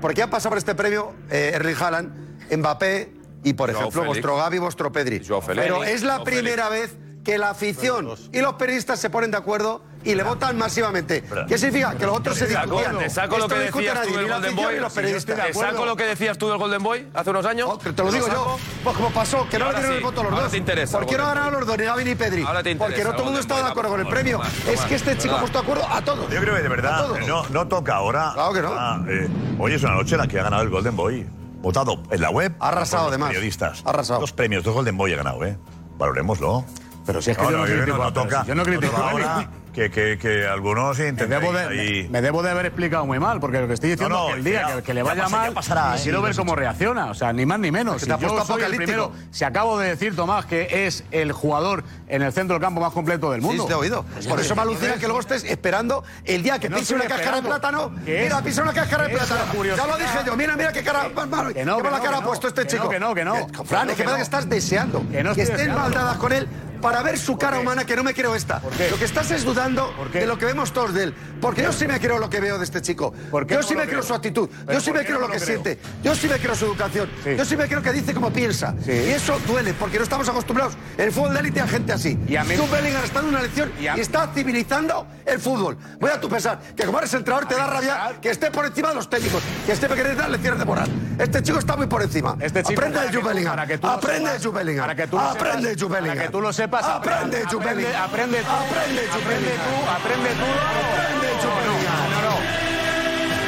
S6: Porque ha pasado por este premio eh, Erling Haaland, Mbappé y, por
S5: Joao
S6: ejemplo,
S5: Félix.
S6: vuestro Gavi, vuestro Pedri.
S5: Félix.
S6: Pero es la
S5: Joao
S6: primera vez que la afición y los periodistas se ponen de acuerdo y le votan masivamente. ¿Qué significa? Que los otros se
S5: Te saco-
S6: discutían.
S5: Te saco lo
S6: Esto
S5: que
S6: no discute
S5: decías
S6: nadie,
S5: tú del
S6: ni la
S5: Golden
S6: afición
S5: Boy.
S6: ni los periodistas.
S5: Te saco lo que decías tú del Golden Boy hace unos años.
S6: Te lo digo yo. Pues como pasó, que
S5: Y
S6: no le
S5: ahora
S6: dieron el
S5: sí,
S6: voto a los
S5: ahora
S6: dos.
S5: te interesa
S6: Porque
S5: el
S6: no
S5: Golden
S6: ganaron los dos, ni Gavi ni Pedri.
S5: Ahora te
S6: Porque
S5: interesa el
S6: no todo el mundo
S5: Golden
S6: estaba de
S5: Boy,
S6: acuerdo con el
S5: por favor,
S6: premio.
S5: toma,
S6: Es
S5: toma,
S6: que este chico
S5: toma.
S6: ha puesto de acuerdo a todos.
S2: Yo creo que de
S6: A
S2: verdad
S6: todos.
S2: no, no toca ahora. Claro que no. hoy es una noche en la que ha ganado el Golden Boy. Votado en la web.
S6: Ha arrasado,
S2: por los
S6: además.
S2: Periodistas. Ha arrasado. Dos premios, dos Golden Boy ha ganado, ¿eh? Valorémoslo.
S14: Pero si es que yo no
S2: yo creo que
S14: critico a- pero
S2: toca.
S14: si yo no critico
S2: toca
S14: a Félix.
S2: ahora que, que, que algunos
S14: Me
S2: intenten.
S14: debo, de,
S2: ahí.
S14: me- me debo de haber explicado muy mal, porque lo que estoy diciendo
S2: No, no,
S14: es que el día
S2: ya-
S14: que, que le
S2: ya
S14: vaya
S2: pasa- ya
S14: mal,
S2: pasará, ¿eh?
S14: quiero ver cómo reacciona, o sea, ni más ni menos.
S6: Porque
S14: Si
S6: te ha
S14: yo
S6: puesto
S14: soy el
S6: apocalíptico.
S14: primero, si acabo de decir, Tomás, que es el jugador en el centro del campo más completo del mundo. Pues
S6: Sí, te he oído. Por eso me alucina que luego estés esperando el día que
S14: Que no
S6: pise
S14: estoy
S6: una cáscara de
S14: esperando.
S6: plátano.
S14: Que
S6: Mira,
S14: es-
S6: pisa una cáscara de
S14: que es
S6: plátano.
S14: la curiosidad.
S6: Ya lo dije yo. Mira, mira qué cara más mala.
S14: Que no,
S6: qué
S14: que
S6: mala
S14: no,
S6: cara
S14: que
S6: ha
S14: no.
S6: puesto este
S14: Que
S6: chico.
S14: no, que no, que no.
S6: Fran, es que
S14: Que no.
S6: parece que estás deseando que,
S14: Que no estoy
S6: estén
S14: deseando.
S6: maldadas con él para ver su cara humana que no me creo esta. Lo que estás es dudando de lo que vemos todos de él. Porque yo sí me creo lo que veo de este chico.
S14: qué no
S6: Yo sí
S14: lo
S6: me creo
S14: creo?
S6: su actitud.
S14: Pero
S6: Yo sí
S14: ¿por
S6: me
S14: qué
S6: creo
S14: no
S6: lo
S14: lo
S6: que
S14: creo?
S6: siente. Yo sí me creo su educación.
S14: Sí.
S6: Yo sí me creo que dice como piensa.
S14: Sí.
S6: Y eso duele porque no estamos acostumbrados. En el fútbol de élite hay gente así.
S14: Y a mí-
S6: Tú, Bellingham, está en una lección y,
S14: Y a-
S6: está civilizando el fútbol. Voy a tu pensar que como eres entrenador te da rabia que esté por encima de los técnicos, que esté queriendo dar lecciones de moral. Este chico está muy por encima.
S14: Este chico,
S6: aprende de
S14: para que
S6: Jude
S14: tú-
S6: Bellingham.
S14: para que tú lo
S6: Aprende de
S14: sepas-
S6: Jude Bellingham.
S14: para que tú lo sepas-
S6: Aprende de Jude
S14: para
S6: Bellingham.
S14: que tú lo sepas, apre-
S6: Aprende de Jude
S14: aprende-
S6: Bellingham.
S14: aprende tú.
S6: Aprende de Jude
S14: Aprende
S6: Bellingham.
S14: tú, aprende tú.
S6: Aprende de Jude Bellingham.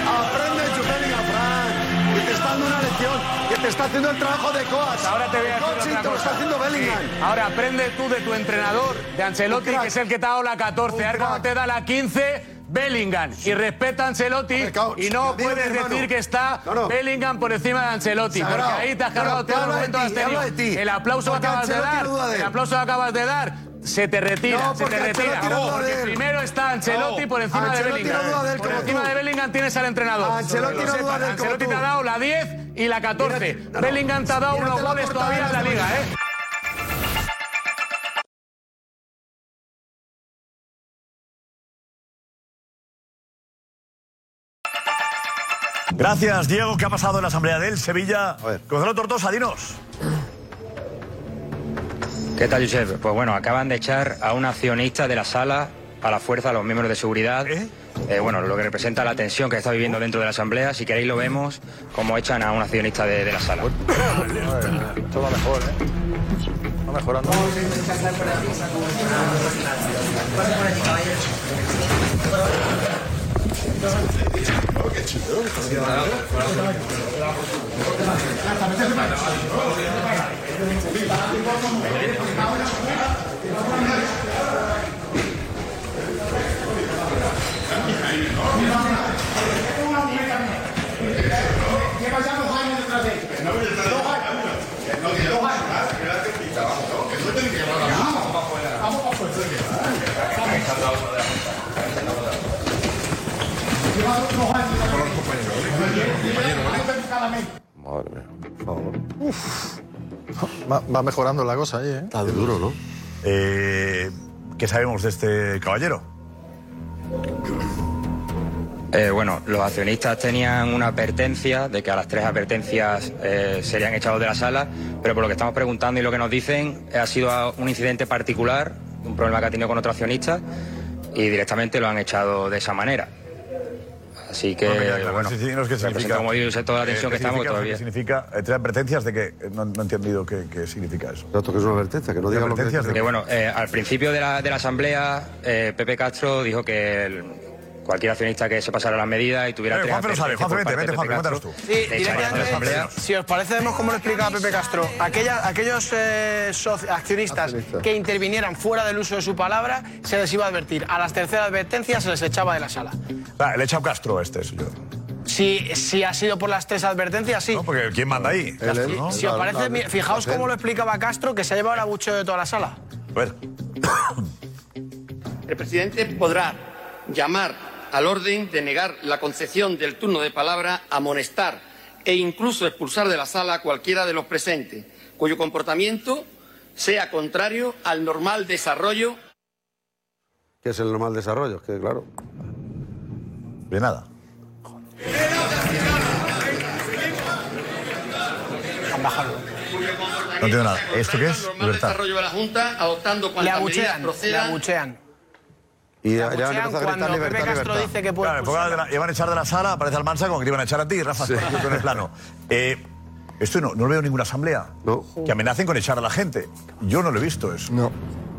S6: Aprende de Jude Bellingham, Fran. Que te está dando una lección. Que te está haciendo el trabajo de Coas.
S14: Ahora te voy a decir
S6: Coaching
S14: otra
S6: te lo
S14: cosa.
S6: está haciendo Bellingham.
S14: Sí. Ahora aprende tú de tu entrenador, de Ancelotti, que es el que te ha dado la 14. Ahora cuando te da la 15, Bellingham. Y respeta a Ancelotti y no
S6: amigo,
S14: puedes
S6: mi hermano.
S14: decir que está
S6: No, no.
S14: Bellingham por encima de Ancelotti.
S6: Sagrado.
S14: Porque ahí te has cargado
S6: Claro, te
S14: todo el
S6: hablo de
S14: momento
S6: ti,
S14: que has
S6: te hablo
S14: tenido.
S6: de ti.
S14: El aplauso que
S6: Porque
S14: acabas de
S6: Ancelotti
S14: dar,
S6: no duda de
S14: el
S6: él.
S14: aplauso que acabas de dar, se te retira,
S6: No,
S14: se
S6: porque
S14: te retira.
S6: Ancelotti no duda
S14: porque
S6: de él.
S14: primero está Ancelotti
S6: No,
S14: por encima de
S6: Ancelotti no
S14: Bellingham.
S6: duda de él
S14: por
S6: como
S14: encima
S6: tú.
S14: de Bellingham tienes al entrenador.
S6: Ancelotti
S14: Que lo
S6: no duda
S14: sepas,
S6: de él como
S14: Ancelotti
S6: tú.
S14: te ha dado la 10 y la 14.
S6: no, no.
S14: Bellingham te ha dado
S6: Mírate
S14: unos
S6: la
S14: goles
S6: portada
S14: todavía en la
S6: de
S14: liga,
S6: Bellingham.
S14: ¿eh?
S2: Gracias, Diego. ¿Qué ha pasado en la Asamblea del Sevilla? Gonzalo Tortosa, dinos.
S3: ¿Qué tal, Josep? Pues bueno, acaban de echar a un accionista de la sala a la fuerza, a los miembros de seguridad. Eh, bueno, lo que representa la tensión que está viviendo dentro de la Asamblea. Si queréis, lo vemos como echan a un accionista de, de la sala.
S15: Esto va mejor, ¿eh? Va mejorando.
S5: Madre mía.
S15: Va, va mejorando la cosa ahí, ¿eh?
S2: Está duro, ¿no? Eh, ¿Qué sabemos de este caballero?
S3: Eh, bueno, los accionistas tenían una advertencia de que a las tres advertencias eh, serían echados de la sala, pero por lo que estamos preguntando y lo que nos dicen eh, ha sido a- un incidente particular, un problema que ha tenido con otro accionista y directamente lo han echado de esa manera. Así que,
S2: me queda claro.
S3: bueno,
S2: Sí, sí, no es que
S3: representa,
S2: significa-
S3: como dice, toda la
S2: Eh,
S3: tensión
S2: ¿qué
S3: que estamos
S2: significa?
S3: todavía.
S2: ¿Qué significa? Eh, ¿Tres advertencias de que eh, no, no he entendido qué, qué significa eso.
S6: Exacto, que es una advertencia, que no
S2: diga lo que- Advertencias de-
S3: eh, Porque, bueno, eh, al principio de la, de la asamblea, eh, Pepe Castro dijo que, el- cualquier accionista que se pasara las medidas y tuviera
S2: Eh,
S3: tres
S2: Juanfe lo sabe,
S3: advertencias por
S2: Juanfe, vete,
S3: parte de
S2: vete, Juanfe,
S3: Pepe
S2: cuéntanos
S3: Castro,
S2: tú.
S3: le
S2: Sí, directamente,
S3: echarían de la asamblea.
S11: Eh, Si os parece, vemos cómo lo explicaba Pepe Castro. Aquella- aquellos eh, soci- accionistas que intervinieran fuera del uso de su palabra, se les iba a advertir. A las terceras advertencias se les echaba de la sala.
S2: Ah, le he echado Castro a este, soy yo.
S11: Si, si ha sido por las tres advertencias, sí.
S2: Porque ¿quién manda ahí?
S11: Si- si, os parece, mi- fijaos cómo lo explicaba Castro, que se ha llevado el abucheo de toda la sala.
S16: El presidente podrá llamar al orden, denegar la concesión del turno de palabra, amonestar e incluso expulsar de la sala a cualquiera de los presentes cuyo comportamiento sea contrario al normal desarrollo
S6: Que es el normal desarrollo, es que claro.
S2: De nada. No entiendo nada. ¿Esto qué es?
S16: normal desarrollo de la Junta, adoptando
S11: Le
S16: cuantas medidas
S11: abuchean, le
S16: procedan
S11: abuchean.
S6: Y
S11: ya, ya han empezado a gritar cuando libertad, Pepe Castro libertad. dice que puede
S2: Claro, porque
S11: expulsar.
S2: ahora te iban a echar de la sala, aparece Almansa como que te iban a echar a ti, Rafa, estás tú en el plano. Eh, esto no, no lo veo en ninguna asamblea. Que amenacen con echar a la gente. Yo no lo he visto eso. No.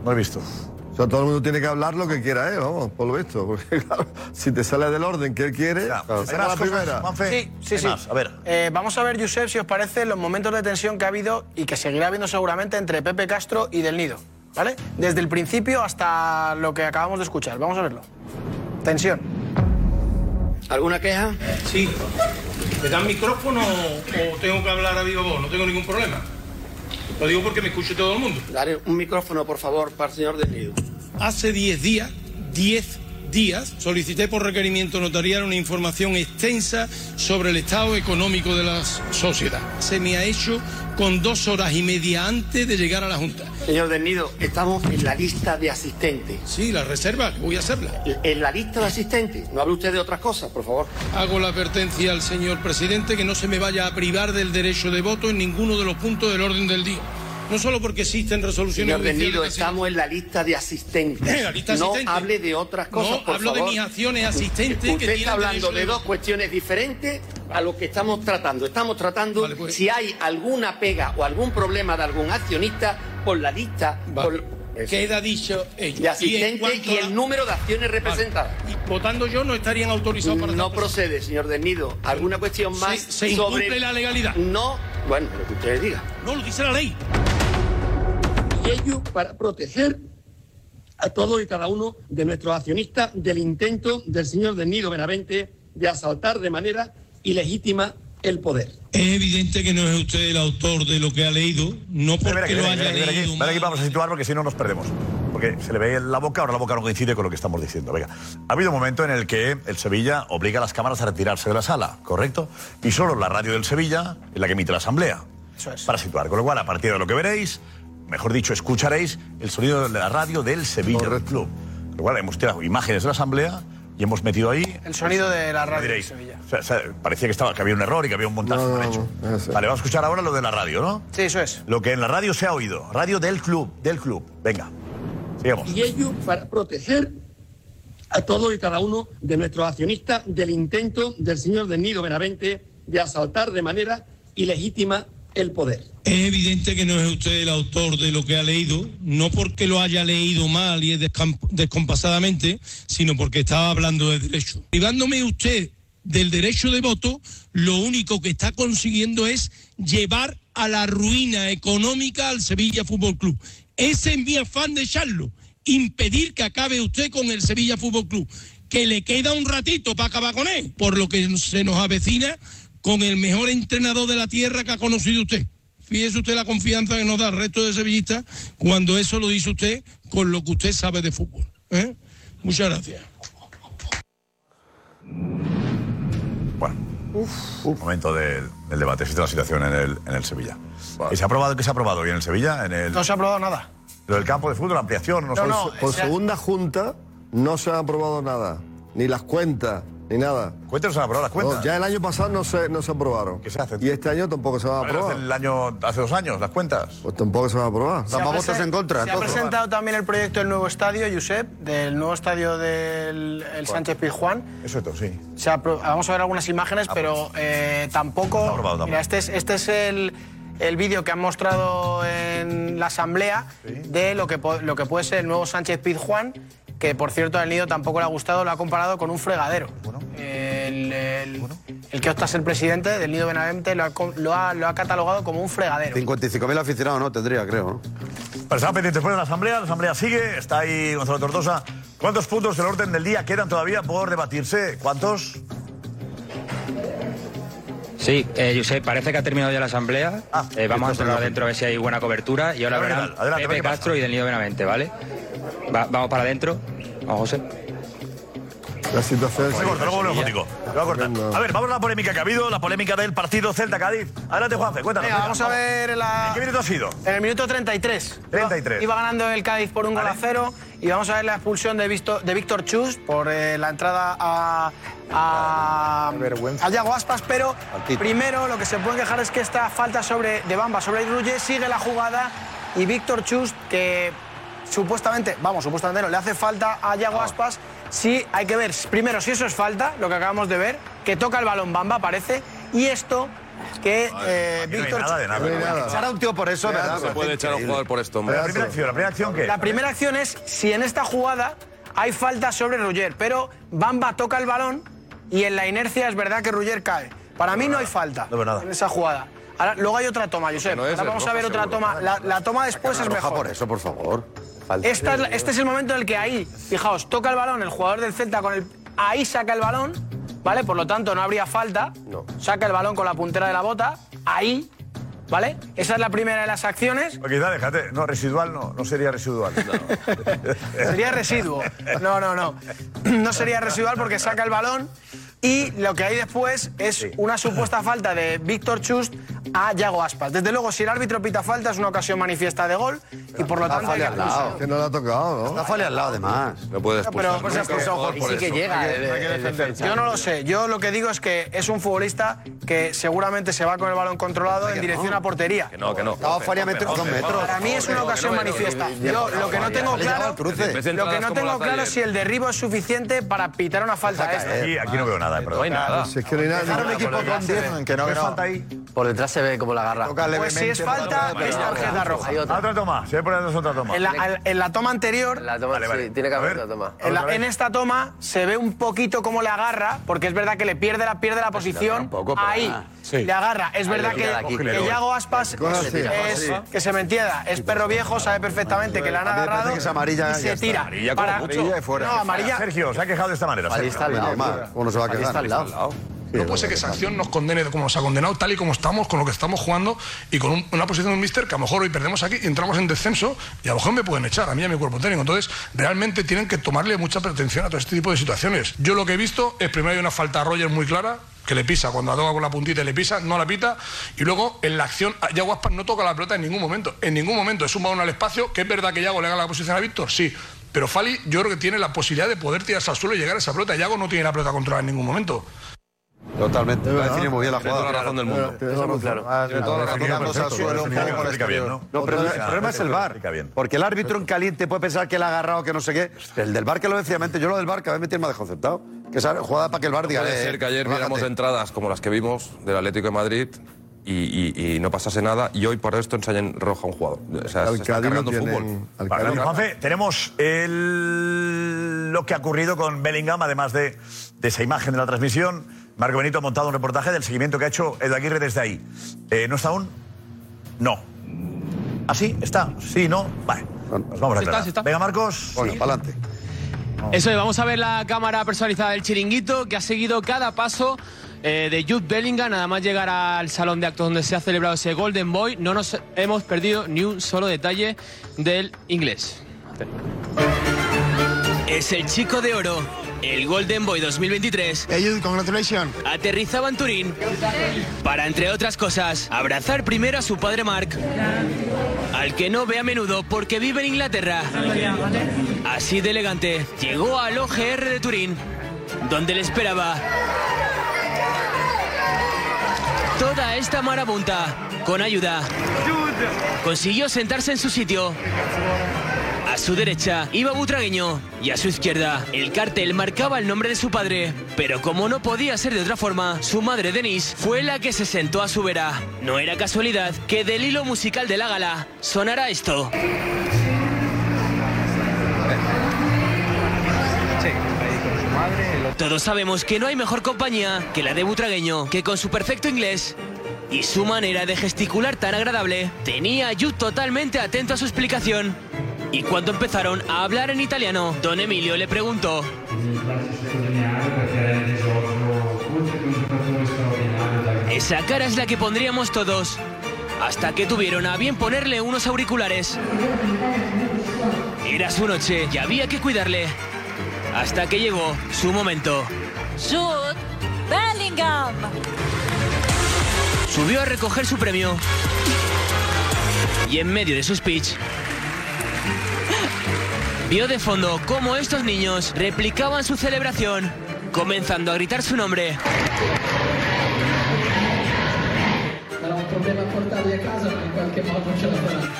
S2: No lo he visto.
S13: O sea, todo el mundo tiene que hablar lo que quiera, ¿eh? Vamos, por lo visto. Porque, claro, si te sale del orden que él quiere, claro.
S2: será la primera.
S11: Sí, sí,
S2: ¿Qué
S11: sí.
S2: más? A ver.
S11: Eh, vamos a ver, Josep, si os parece, los momentos de tensión que ha habido y que seguirá habiendo seguramente entre Pepe Castro y Del Nido. ¿Vale? Desde el principio hasta lo que acabamos de escuchar. Vamos a verlo. Tensión.
S16: ¿Alguna queja?
S17: Sí. ¿Me dan micrófono o tengo que hablar a viva voz? No tengo ningún problema. Lo digo porque me escuche todo el mundo.
S16: Daré un micrófono, por favor, para el señor Del Nido.
S17: Hace 10 días, 10 días, solicité por requerimiento notarial una información extensa sobre el estado económico de la sociedad. Se me ha hecho con dos horas y media antes de llegar a la Junta.
S16: Señor Del Nido, estamos en la lista de asistentes.
S17: Sí, la reserva, voy a hacerla.
S16: En la lista de asistentes. No hable usted de otras cosas, por favor.
S17: Hago la advertencia al señor presidente que no se me vaya a privar del derecho de voto en ninguno de los puntos del orden del día. No solo porque existen resoluciones
S16: Señor Del
S17: judiciales
S16: Nido,
S17: que se-
S16: estamos en la lista de asistentes.
S17: Eh, la lista de
S16: no
S17: asistentes.
S16: hable de otras cosas,
S17: No,
S16: por
S17: hablo de
S16: favor.
S17: mis acciones asistentes que
S16: Usted
S17: tienen
S16: está hablando
S17: derecho de
S16: de dos
S17: voto.
S16: cuestiones diferentes a lo que estamos tratando. Estamos tratando
S17: pues.
S16: si hay alguna pega o algún problema de algún accionista por la lista por-
S17: Queda dicho ello.
S16: de asistentes y,
S17: cuanto a-
S16: el número de acciones representadas.
S17: Votando yo no estarían autorizados para...
S16: No procede, señor Del Nido. ¿Alguna cuestión más
S17: Se- se
S16: sobre...?
S17: incumple la legalidad.
S16: No, bueno, lo que usted diga.
S17: No, lo dice la ley.
S16: y ello para proteger a todos y cada uno de nuestros accionistas del intento del señor del Nido Benavente de asaltar de manera ilegítima el poder.
S17: Es evidente que no es usted el autor de lo que ha leído, no
S2: Ven aquí,
S17: porque
S2: ven
S17: lo
S2: aquí,
S17: haya
S2: ven aquí, ven aquí.
S17: leído.
S2: Ven aquí, vamos a situar porque si no nos perdemos. Porque se le ve la boca, ahora la boca no coincide con lo que estamos diciendo. Venga, ha habido un momento en el que el Sevilla obliga a las cámaras a retirarse de la sala, ¿correcto? Y solo la radio del Sevilla es la que emite la asamblea. Para situar. Con lo cual, a partir de lo que veréis, mejor dicho, escucharéis el sonido de la radio del Sevilla del club. Con lo cual, hemos tirado imágenes de la asamblea y hemos metido ahí.
S11: El sonido de la radio.
S2: Diréis, o sea, o sea, parecía que, estaba, que había un error y que había un montaje mal hecho. Vale, vamos a escuchar ahora lo de la radio, ¿no?
S11: Sí, eso es.
S2: Lo que en la radio se ha oído. Radio del club, del club. Venga, sigamos.
S16: Y ello para proteger a todos y cada uno de nuestros accionistas del intento del señor del Nido Benavente de asaltar de manera ilegítima el poder.
S17: Es evidente que no es usted el autor de lo que ha leído, no porque lo haya leído mal y descamp- descompasadamente, sino porque estaba hablando de derecho. Privándome usted del derecho de voto, lo único que está consiguiendo es llevar a la ruina económica al Sevilla Fútbol Club. Ese es mi afán de echarlo, impedir que acabe usted con el Sevilla Fútbol Club, que le queda un ratito para acabar con él, por lo que se nos avecina con el mejor entrenador de la tierra que ha conocido usted. Fíjese usted la confianza que nos da el resto de sevillistas cuando eso lo dice usted con lo que usted sabe de fútbol. ¿eh? Muchas gracias.
S2: Un momento del, del debate. Existe la situación en el, en el Sevilla. ¿Y se ha aprobado? ¿Qué se ha aprobado hoy en el Sevilla? En el,
S11: No se ha aprobado nada.
S2: lo del campo de fútbol, la ampliación. No,
S13: por,
S2: sé-
S13: su- por segunda junta no se ha aprobado nada, ni las cuentas, ni nada.
S2: ¿Cuentas no se han aprobado las cuentas?
S13: No, ya el año pasado no se, no se aprobaron. ¿Qué se hace? Y este año tampoco se va a
S2: A ver,
S13: aprobar.
S2: hace el año, hace dos años, las cuentas.
S13: Pues tampoco se va a aprobar.
S11: Se ha presen- Se ha presentado también el proyecto del nuevo estadio, Josep, del nuevo estadio del el Sánchez Pizjuán.
S2: Eso es todo, sí.
S11: Se ha pro- vamos a ver algunas imágenes, pero eh, tampoco.
S2: aprobado,
S11: Mira, este es, este es el, el vídeo que han mostrado en la asamblea de lo que, po- lo que puede ser el nuevo Sánchez Pizjuán. que por cierto al nido tampoco le ha gustado, lo ha comparado con un fregadero. El, el- el que opta a ser presidente del nido Benavente lo ha, co- lo ha- lo ha catalogado como un fregadero.
S6: 55.000 aficionados no tendría, creo. ¿no?
S2: Pero estaba pendiente después de la asamblea, la asamblea sigue, está ahí Gonzalo Tortosa. ¿Cuántos puntos del orden del día quedan todavía por debatirse? ¿Cuántos?
S3: Sí, eh, Josep, parece que ha terminado ya la asamblea. Eh, vamos a
S2: Ah, esto
S3: entrar
S2: es
S3: dentro a ver si hay buena cobertura. Y ahora
S2: A ver qué
S3: verán
S2: tal. Adelante, a ver
S3: Pepe
S2: qué pasa.
S3: Castro y del Nido Benavente, ¿vale? Va- vamos para adentro. Vamos, José.
S13: La situación
S2: Se corta, luego volvemos contigo. Lo voy a cortar. A ver, vamos a la polémica que ha habido, la polémica del partido Celta-Cádiz. Adelante, Juanfe, cuéntanos.
S11: Venga, vamos a ver la...
S2: ¿En qué minuto ha sido?
S11: En el minuto 33.
S2: 33.
S11: Iba ganando el Cádiz por un gol a cero. Y vamos a ver la expulsión de, Visto- de Víctor Chus por eh, la entrada a. a. a Yago Aspas. Pero primero lo que se pueden quejar es que esta falta sobre, de Bamba sobre Iruye sigue la jugada. Y Víctor Chus, que supuestamente, vamos, supuestamente no, le hace falta a Yago Aspas. Sí, hay que ver primero si eso es falta, lo que acabamos de ver, que toca el balón Bamba, parece. Y esto que eh,
S2: no hay
S11: Víctor
S2: nada de nada.
S11: Chus-
S2: No hay nada.
S11: Echar a un tío por eso, ¿verdad?
S5: No se puede echar a un jugador por esto, hombre.
S2: La primera acción, ¿la primera acción qué?
S11: La primera acción es si en esta jugada hay falta sobre Ruller, pero Bamba toca el balón y en la inercia es verdad que Ruller cae. Para mí no hay falta en esa jugada. Ahora, luego hay otra toma, Josep.
S6: no es
S11: Ahora
S6: de
S11: vamos a
S6: roja,
S11: ver otra
S6: seguro.
S11: toma. La, la toma después es
S6: Roja
S11: mejor.
S6: por eso, por favor. Falta.
S11: Esta es la- este es el momento en el que ahí, fijaos, toca el balón el jugador del Celta con el. Ahí saca el balón, ¿vale? Por lo tanto, no habría falta.
S12: No.
S11: Saca el balón con la puntera de la bota, ahí, ¿vale? Esa es la primera de las acciones.
S2: O quizá, déjate, no, residual no, no sería residual.
S11: Sería residuo. No, no, no. No sería residual porque saca el balón. Y lo que hay después es una supuesta falta de Víctor Chust a Yago Aspas. Desde luego, si el árbitro pita falta, es una ocasión manifiesta de gol. Y por lo
S6: Está
S11: tanto. hay
S6: Fali
S11: que
S6: al lado.
S11: expulsar.
S6: Que no la ha tocado, ¿no? Está Fali al lado, además. No puede
S11: expulsar Pero, pues, nunca expulsa a un jugador por eso. Hay que- hay que defender. Yo no lo sé. Yo lo que digo es que es un futbolista que seguramente se va con el balón controlado en dirección a portería.
S5: Que no, que no.
S6: Estaba Fali a meter dos metros.
S11: Para mí es una ocasión manifiesta. Yo lo que no tengo
S6: Le llegaba
S11: claro,
S6: al cruce.
S11: lo que no tengo claro es si el derribo es suficiente para pitar una falta. esta.
S2: Aquí, aquí no veo nada, perdón. No hay
S12: nada. Si es que no hay nada.
S6: Dejaron el equipo con diez, que no, que no.
S12: Por detrás se ve como la agarra.
S11: Pues si es falta, es tarjeta roja.
S12: Hay otra.
S2: Otra toma, se ve por ahí otra toma.
S11: En la, en la toma anterior,
S12: La toma, sí, tiene que haber otra toma.
S11: en, la- en esta toma, se ve un poquito cómo le agarra, porque es verdad que le pierde la, pierde la posición.
S12: tampoco, pero
S11: ahí
S12: nada.
S11: le agarra. Es
S12: Ahí
S11: verdad
S12: le tira de aquí.
S11: que, que Yago Aspas
S12: Coge
S11: es,
S12: así.
S11: es-
S12: Así.
S11: que se me entienda, es perro viejo, sabe perfectamente que le han
S6: A mí me parece
S11: agarrado
S6: que es amarilla
S11: y
S6: y ya
S11: se
S6: está.
S11: tira.
S6: Amarilla como mucho. Amarilla y fuera.
S11: No, amarilla.
S2: Sergio, se ha quejado de esta manera.
S6: Fali está al lado. Mal, ¿Cómo no se va a
S2: Fali
S6: quedar?
S2: está al lado.
S18: No puede ser que esa acción nos condene como nos ha condenado, tal y como estamos, con lo que estamos jugando y con un- una posición de un mister que a lo mejor hoy perdemos aquí, entramos en descenso y a lo mejor me pueden echar a mí y a mi cuerpo técnico. Entonces, realmente tienen que tomarle mucha pretensión a todo este tipo de situaciones. Yo lo que he visto es primero hay una falta a Roger muy clara que le pisa, cuando la toca con la puntita y le pisa, no la pita, y luego en la acción Yago Aspas no toca la pelota en ningún momento, en ningún momento, es un balón al espacio, que es verdad que Yago le gana la posición a Víctor, sí, pero Fali yo creo que tiene la posibilidad de poder tirarse al suelo y llegar a esa pelota, Yago no tiene la pelota controlada en ningún momento.
S6: Totalmente. Va a definir muy bien la
S5: Tiene
S6: jugada.
S5: toda la razón del mundo.
S6: muy claro. Tiene toda la razón. Dándose al suelo, un poco por el exterior. No, pero el problema es el VAR. Porque el árbitro en caliente puede pensar que le ha agarrado, que no sé qué. El del VAR que lo decía antes. Yo lo del VAR cada vez me tiene más desconcertado. Que esa jugada para que el VAR diga...
S5: Puede
S6: eh,
S5: ser que ayer
S6: bájate.
S5: viéramos entradas como las que vimos del Atlético de Madrid y, y- y no pasase nada y hoy por esto ensayen roja a un jugador. O sea,
S13: Al
S5: se está
S13: Cádiz no
S5: cargando el
S13: tienen-
S5: fútbol.
S13: al
S2: Vale, gracias, Juanfe, tenemos el- lo que ha ocurrido con Bellingham, además de, de esa imagen de la transmisión. Marco Benito ha montado un reportaje del seguimiento que ha hecho Edu Aguirre desde ahí. Eh, ¿No está aún? No. ¿Así? ¿Está? ¿Sí? ¿No? Vale. Nos vamos a
S19: Sí está,
S2: aclarar.
S19: sí está.
S2: Venga, Marcos. Bueno, para adelante.
S19: Eso es, vamos a ver la cámara personalizada del chiringuito que ha seguido cada paso eh, de Jude Bellingham. Nada más llegar al salón de actos donde se ha celebrado ese Golden Boy, no nos hemos perdido ni un solo detalle del inglés. Es el chico de oro, el Golden Boy 2023.
S1: congratulations.
S19: Aterrizaba en Turín para, entre otras cosas, abrazar primero a su padre Mark, al que no ve a menudo porque vive en Inglaterra. Así de elegante, llegó al OGR de Turín, donde le esperaba toda esta marabunta con ayuda. Consiguió sentarse en su sitio. A su derecha iba Butragueño y a su izquierda el cartel marcaba el nombre de su padre. Pero como no podía ser de otra forma, su madre Denise fue la que se sentó a su vera. No era casualidad que del hilo musical de la gala sonara esto. Todos sabemos que no hay mejor compañía que la de Butragueño, que con su perfecto inglés y su manera de gesticular tan agradable, tenía a Yu totalmente atento a su explicación. Y cuando empezaron a hablar en italiano, don Emilio le preguntó. Esa cara es la que pondríamos todos, hasta que tuvieron a bien ponerle unos auriculares. Era su noche y había que cuidarle, hasta que llegó su momento.
S8: Jude Bellingham.
S19: Subió a recoger su premio y en medio de su speech vio de fondo cómo estos niños replicaban su celebración, comenzando a gritar su nombre.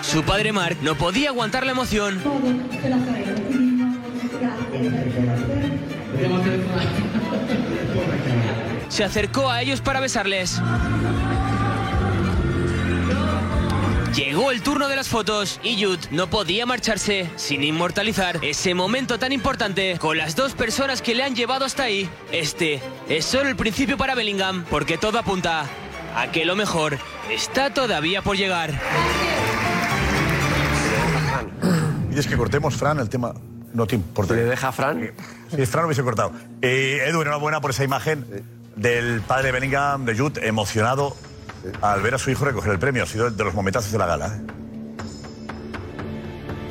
S19: Su padre Mark no podía aguantar la emoción se acercó a ellos para besarles. Llegó el turno de las fotos y Jude no podía marcharse sin inmortalizar ese momento tan importante con las dos personas que le han llevado hasta ahí. Este es solo el principio para Bellingham porque todo apunta a que lo mejor está todavía por llegar.
S2: Y es que cortemos, Fran, el tema. No te importa. ¿Le
S12: deja Fran?
S2: Si Fran hubiese cortado. Eh, Edu, enhorabuena por esa imagen del padre de Bellingham, de Jude, emocionado al ver a su hijo recoger el premio. Ha sido de los momentazos de la gala. ¿eh?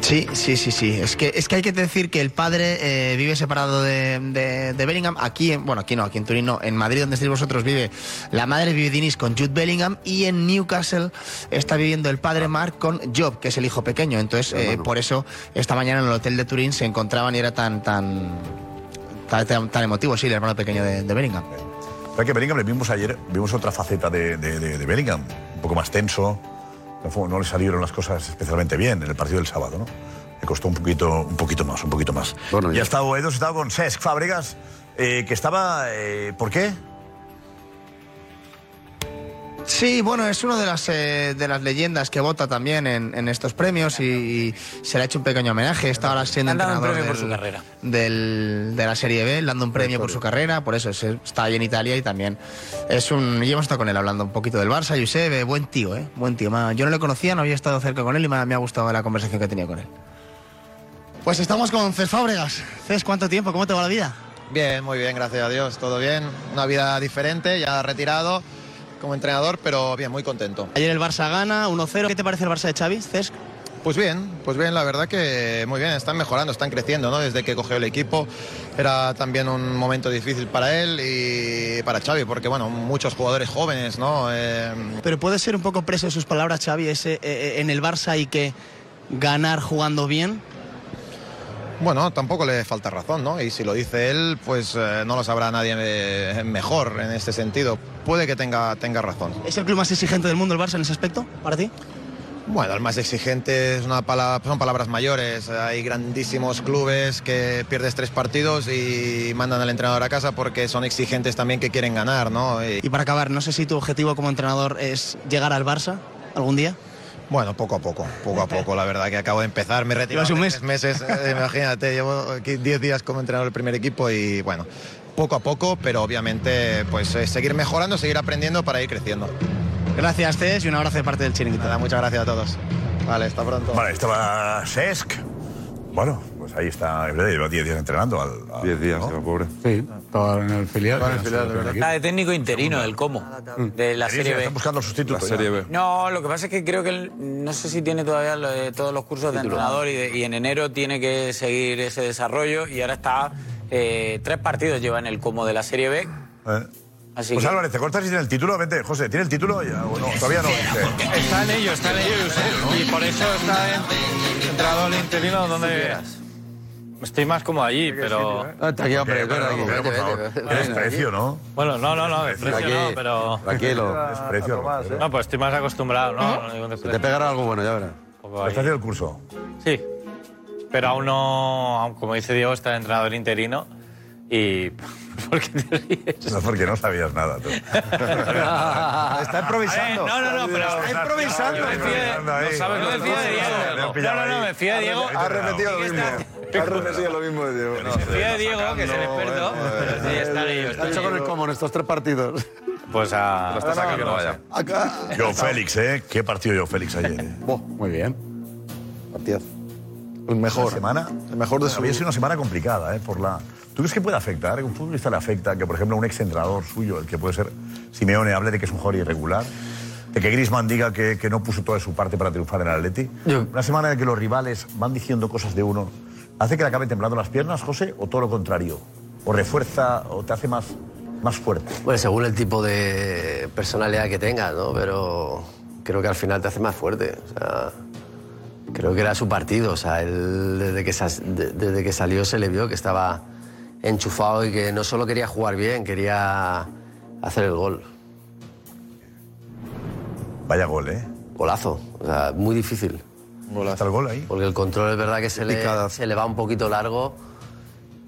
S1: Sí, sí, sí, sí. Es que, es que hay que decir que el padre eh, vive separado de, de- de Bellingham. Aquí, en, bueno, aquí no, aquí en Turín no. En Madrid, donde estáis vosotros, vive la madre vive Dinis con Jude Bellingham y en Newcastle está viviendo el padre Mark con Job, que es el hijo pequeño. Entonces, eh, por eso esta mañana en el hotel de Turín se encontraban y era tan, tan, tan, tan- tan emotivo, sí, el hermano pequeño de, de Bellingham.
S2: ¿Sabes que Bellingham le vimos ayer? Vimos otra faceta de, de- de- de Bellingham, un poco más tenso. No, fue- no le salieron las cosas especialmente bien en el partido del sábado, ¿no? Le costó un poquito, un poquito más, un poquito más. y ha estado Edu, ha estado con Cesc Fábregas, eh, que estaba. eh, ¿Por qué?
S1: Sí, bueno, es una de las, eh, de las leyendas que vota también en, en estos premios y, y se le ha hecho un pequeño homenaje. Está ahora siendo
S7: han dado un
S1: entrenador
S7: premio por
S1: del-
S7: su carrera.
S1: del- de la Serie B, le dando un premio por su carrera, por eso se- está ahí en Italia y también es un... Y hemos estado con él hablando un poquito del Barça, Josep, eh, buen tío, ¿eh? Buen tío. Ma- Yo no le conocía, no había estado cerca con él y me ha, me ha gustado la conversación que tenía con él. Pues estamos con Cés Fábregas. Cés, ¿cuánto tiempo? ¿Cómo te va la vida?
S20: Bien, muy bien, gracias a Dios, todo bien. Una vida diferente, ya retirado como entrenador, pero bien, muy contento.
S1: Ayer el Barça gana 1-0. ¿Qué te parece el Barça de Xavi, Cés?
S20: Pues bien, pues bien, la verdad que muy bien, están mejorando, están creciendo, ¿no? Desde que cogió el equipo era también un momento difícil para él y para Xavi, porque bueno, muchos jugadores jóvenes, ¿no? Eh,
S21: Pero puede ser un poco preso de sus palabras, Xavi, ese, eh, eh, en el Barça hay que ganar jugando bien.
S20: Bueno, tampoco le falta razón, ¿no? Y si lo dice él, pues eh, no lo sabrá nadie eh, mejor en este sentido. Puede que tenga, tenga razón.
S21: ¿Es el club más exigente del mundo el Barça en ese aspecto, para ti?
S20: Bueno, el más exigente es una pala- son palabras mayores. Hay grandísimos clubes que pierdes tres partidos y mandan al entrenador a casa porque son exigentes también que quieren ganar, ¿no? Y-
S21: Y para acabar, no sé si tu objetivo como entrenador es llegar al Barça algún día.
S20: Bueno, poco a poco, poco a poco, la verdad que acabo de empezar, me he retirado
S21: Llevas un
S20: hace
S21: mes.
S20: tres meses, eh, imagínate, llevo aquí 10 días como entrenador del primer equipo y bueno, poco a poco, pero obviamente pues eh, seguir mejorando, seguir aprendiendo para ir creciendo.
S1: Gracias, Cés, y un abrazo de parte del chiringuito.
S20: muchas gracias a todos. Vale, hasta pronto.
S2: Vale, estaba Cesc. Bueno, pues ahí está. es verdad, Lleva 10 días entrenando. 10 días, pobre.
S14: Sí, estaba en el filial.
S2: Estaba en el filial, de verdad.
S7: Está Ah, de técnico interino del Como, de la
S2: Sí,
S7: Serie
S2: sí,
S7: B.
S2: Están buscando sustitutos. ya.
S7: No, lo que pasa es que creo que él, no sé si tiene todavía lo de todos los cursos de entrenador y, de- y en enero tiene que seguir ese desarrollo y ahora está eh, tres partidos lleva en el como de la Serie B.
S2: Eh.
S22: Ah,
S7: Así
S2: pues
S7: que-
S2: Álvarez, ¿te cortas y tiene el título? Vente, José, ¿tiene el título? Ya, o no, todavía no. Dice.
S15: Está en ello, está en ello,
S22: ¿eh?
S15: Josep, Y por eso está en, entrado el interino donde...
S22: Estoy más como allí, pero...
S2: eh?
S15: Aquí, hombre,
S22: Pero,
S15: aquí.
S22: pero, por favor.
S15: Eres precio,
S2: ¿no?
S22: Bueno, no, no, no, desprecio no, pero...
S15: Tranquilo.
S2: Desprecio,
S22: No, pues estoy más acostumbrado, ¿no? no digo
S15: Se
S22: desprecio.
S15: te pegará algo bueno, ya verás.
S22: ahí.
S2: ¿Estás haciendo el curso?
S22: Sí, pero aún no... aún, Como dice Diego, está el entrenador interino y... ¿Por qué te ríes?
S2: No, porque no sabías nada. Tú.
S15: Está improvisando.
S22: No, no, no, pero...
S15: Está improvisando.
S22: No sabes lo que
S15: No, no, no, me fío de Diego.
S22: Ha repetido lo mismo.
S13: Carlos decía lo mismo de Diego. No,
S22: Tío de Diego, que es el experto. Pero sí, están ellos.
S6: Está hecho con el cómo en estos tres partidos.
S22: Pues a.
S2: Ah,
S6: Lo está sacando,
S22: no, no,
S6: vaya.
S22: no, no.
S2: Yo Félix, ¿eh? Qué partido yo Félix ayer. eh.
S6: Muy bien.
S15: Matías.
S2: El mejor.
S15: Una
S2: semana, el mejor
S15: de su-
S2: Había sido una semana complicada, ¿eh? Por la... ¿Tú crees que puede afectar? ¿Que un futbolista le afecta? Que, por ejemplo, un exentrenador suyo, el que puede ser Simeone, hable de que es un jugador irregular. De que Griezmann diga que, que no puso toda su parte para triunfar en el Atleti. Una semana en que los rivales van diciendo cosas de uno. ¿Hace que le acabe temblando las piernas, José? ¿O todo lo contrario? ¿O refuerza o te hace más, más fuerte?
S12: Bueno, según el tipo de personalidad que tengas, ¿no? Pero creo que al final te hace más fuerte. O sea, creo que era su partido. O sea, él desde que, sa- de- desde que salió se le vio que estaba enchufado y que no solo quería jugar bien, quería hacer el gol.
S2: Vaya gol, ¿eh?
S12: Golazo. O sea, muy difícil.
S2: Está el gol ahí.
S12: Porque el control es verdad que se, le,
S2: Picada.
S12: se le va un poquito largo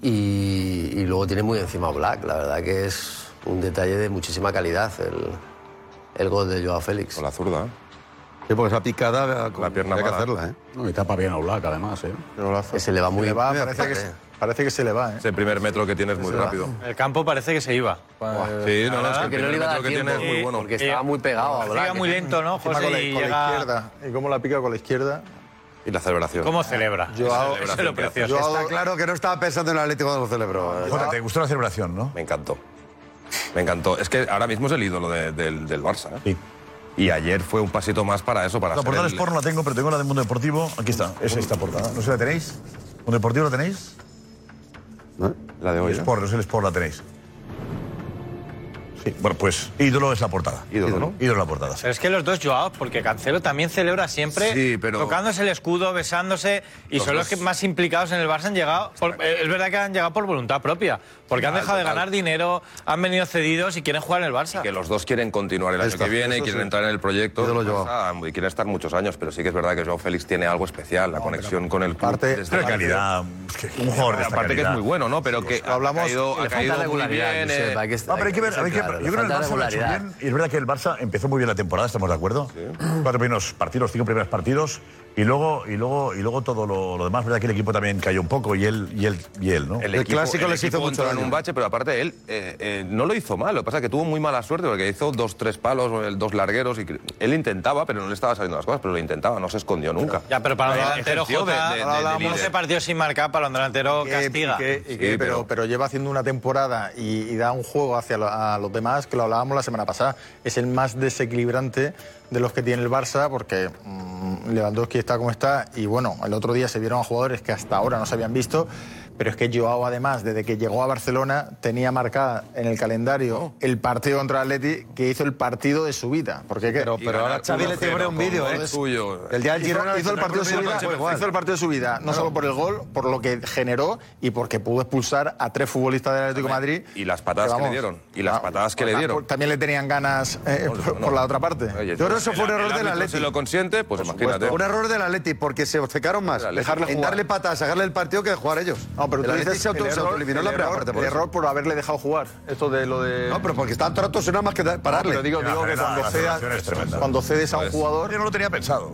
S12: y, y luego tiene muy encima a Black. La verdad que es un detalle de muchísima calidad el, el gol de Joao Félix. Con
S13: la zurda, ¿eh?
S6: Sí, porque esa picada con, la
S12: pierna
S6: que
S12: mala.
S6: hacerla, ¿eh?
S14: No, y tapa bien a Oblak, además, ¿eh?
S12: Que se le va muy
S15: Le va, parece, que se, parece que se le va, ¿eh?
S5: Ese primer metro que tienes muy
S15: Se va. Eh,
S5: rápido.
S22: El campo parece que se iba.
S5: Sí, no,
S22: Ah,
S5: no, es que el primer metro que tienes es muy bueno.
S22: Llega
S5: ¿eh?
S22: muy lento, ¿no,
S15: Encima
S22: José?
S15: con la,
S22: y
S15: con la
S22: llega...
S15: izquierda. Y cómo la pica con la izquierda.
S5: Y la celebración.
S22: ¿Cómo celebra?
S15: Joao-
S5: Esa celebración que hace.
S6: Está claro que no estaba pensando en el Atlético cuando lo celebró. ¿eh?
S2: Jota, ¿te gustó la celebración, no?
S5: Me encantó. Me encantó. Es que ahora mismo es el ídolo de- del, del Barça. ¿eh? Y ayer fue un pasito más para eso, para
S2: La
S5: ser
S2: portada
S5: el-
S2: Sport no la tengo, pero tengo la de Mundo Deportivo. Aquí está, es esta portada. ¿No sé la tenéis? ¿Mundo Deportivo la tenéis?
S5: La de hoy.
S2: El
S5: ¿no?
S2: Sport, no sé el Sport la tenéis. Sí, bueno, pues ídolo es la portada.
S5: Ídolo, ¿no?
S2: Ídolo es la portada.
S22: Pero es que los dos Joao, porque Cancelo también celebra siempre
S2: Sí, pero-
S22: tocándose el escudo, besándose, y
S5: Los
S22: son los que
S5: dos-
S22: más implicados en el Barça han llegado. por- es verdad que han llegado por voluntad propia, porque han
S5: Total,
S22: dejado de
S5: total.
S22: ganar dinero, han venido cedidos y quieren jugar en el Barça.
S5: Que los dos quieren continuar el año
S22: Está,
S5: que viene y
S22: eso
S5: quieren
S22: sí.
S5: entrar en el proyecto.
S22: Ídolo
S5: del
S22: Joao.
S5: Barça, ah, Y quieren estar muchos años, pero sí que es verdad que Joao Félix tiene algo especial, la conexión con el club.
S15: Parte-
S5: desde
S15: pero
S5: la-
S15: calidad,
S2: un jugador de esta
S5: Aparte que es
S2: calidad.
S5: muy bueno, ¿no? Pero que hablamos, ha caído, ha caído muy bien. eh.
S2: Ah, pero hay que ver, hay que- yo creo que el Barça lo ha hecho bien. Y es verdad que el Barça empezó muy bien la temporada, estamos de acuerdo. Cuatro primeros partidos, cinco primeros partidos. Y luego, y luego, y luego todo lo, lo demás, verdad que el equipo también cayó un poco y él, y él, y él, ¿no?
S5: El, equipo, el equipo entró en un bache, pero aparte él eh, eh, no lo hizo mal. Lo que pasa es que tuvo muy mala suerte porque hizo dos, tres palos, eh, dos largueros. y cre- Él intentaba, pero no le estaba saliendo las cosas, pero lo intentaba, no se escondió nunca.
S22: Ya, pero para
S5: Eh,
S22: los delanteros,
S5: ejerció de-
S22: Jota,
S5: de- de- de líder.
S22: 11 partidos sin marcar para los delanteros castiga.
S15: Piqué, Piqué, pero, pero... lleva haciendo una temporada y, y da un juego hacia lo- a los demás, que lo hablábamos la semana pasada. Es el más desequilibrante de los que tiene el Barça, porque mm, Lewandowski está como está. Y bueno, el otro día se vieron a jugadores que hasta ahora no se habían visto. Pero es que Joao, además, desde que llegó a Barcelona, tenía marcada en el calendario el partido contra el Atleti, que hizo el partido de su vida. Porque, pero,
S5: Y ganar
S15: ahora Xavi le
S5: 1-0
S15: tiene un
S5: con
S15: vídeo,
S5: gol
S15: ¿eh?
S5: suyo.
S15: El día del Girona hizo, el partido de su vida,
S5: Noche
S15: hizo el partido de su vida, no solo por el gol, por lo que generó y porque pudo expulsar a tres futbolistas del Atlético de Madrid.
S5: Y las patadas que le
S15: vamos,
S5: dieron. Y las patadas que le
S15: tam-
S5: dieron.
S15: También le tenían ganas eh, por, por la otra parte.
S5: Oye,
S6: Yo creo que eso fue un
S5: el-
S6: error
S5: el
S6: del
S5: árbitro
S6: Atleti.
S5: Si lo consiente, pues imagínate.
S6: Un error del Atleti, porque se obcecaron más
S5: Del Atleti.
S6: en darle patas, sacarle el partido que de jugar ellos.
S15: No, pero
S6: el
S15: tú
S6: Atleti
S15: dices
S6: se auto-
S15: el
S6: se autoeliminó
S15: el
S6: en la primera
S15: error-
S6: parte.
S15: el error por haberle dejado jugar. Esto de lo de.
S6: No, pero porque está todo el rato, suena más que da- pararle.
S15: pero digo, digo que cuando, cedas- cuando cedes a un jugador.
S2: Yo no lo tenía pensado.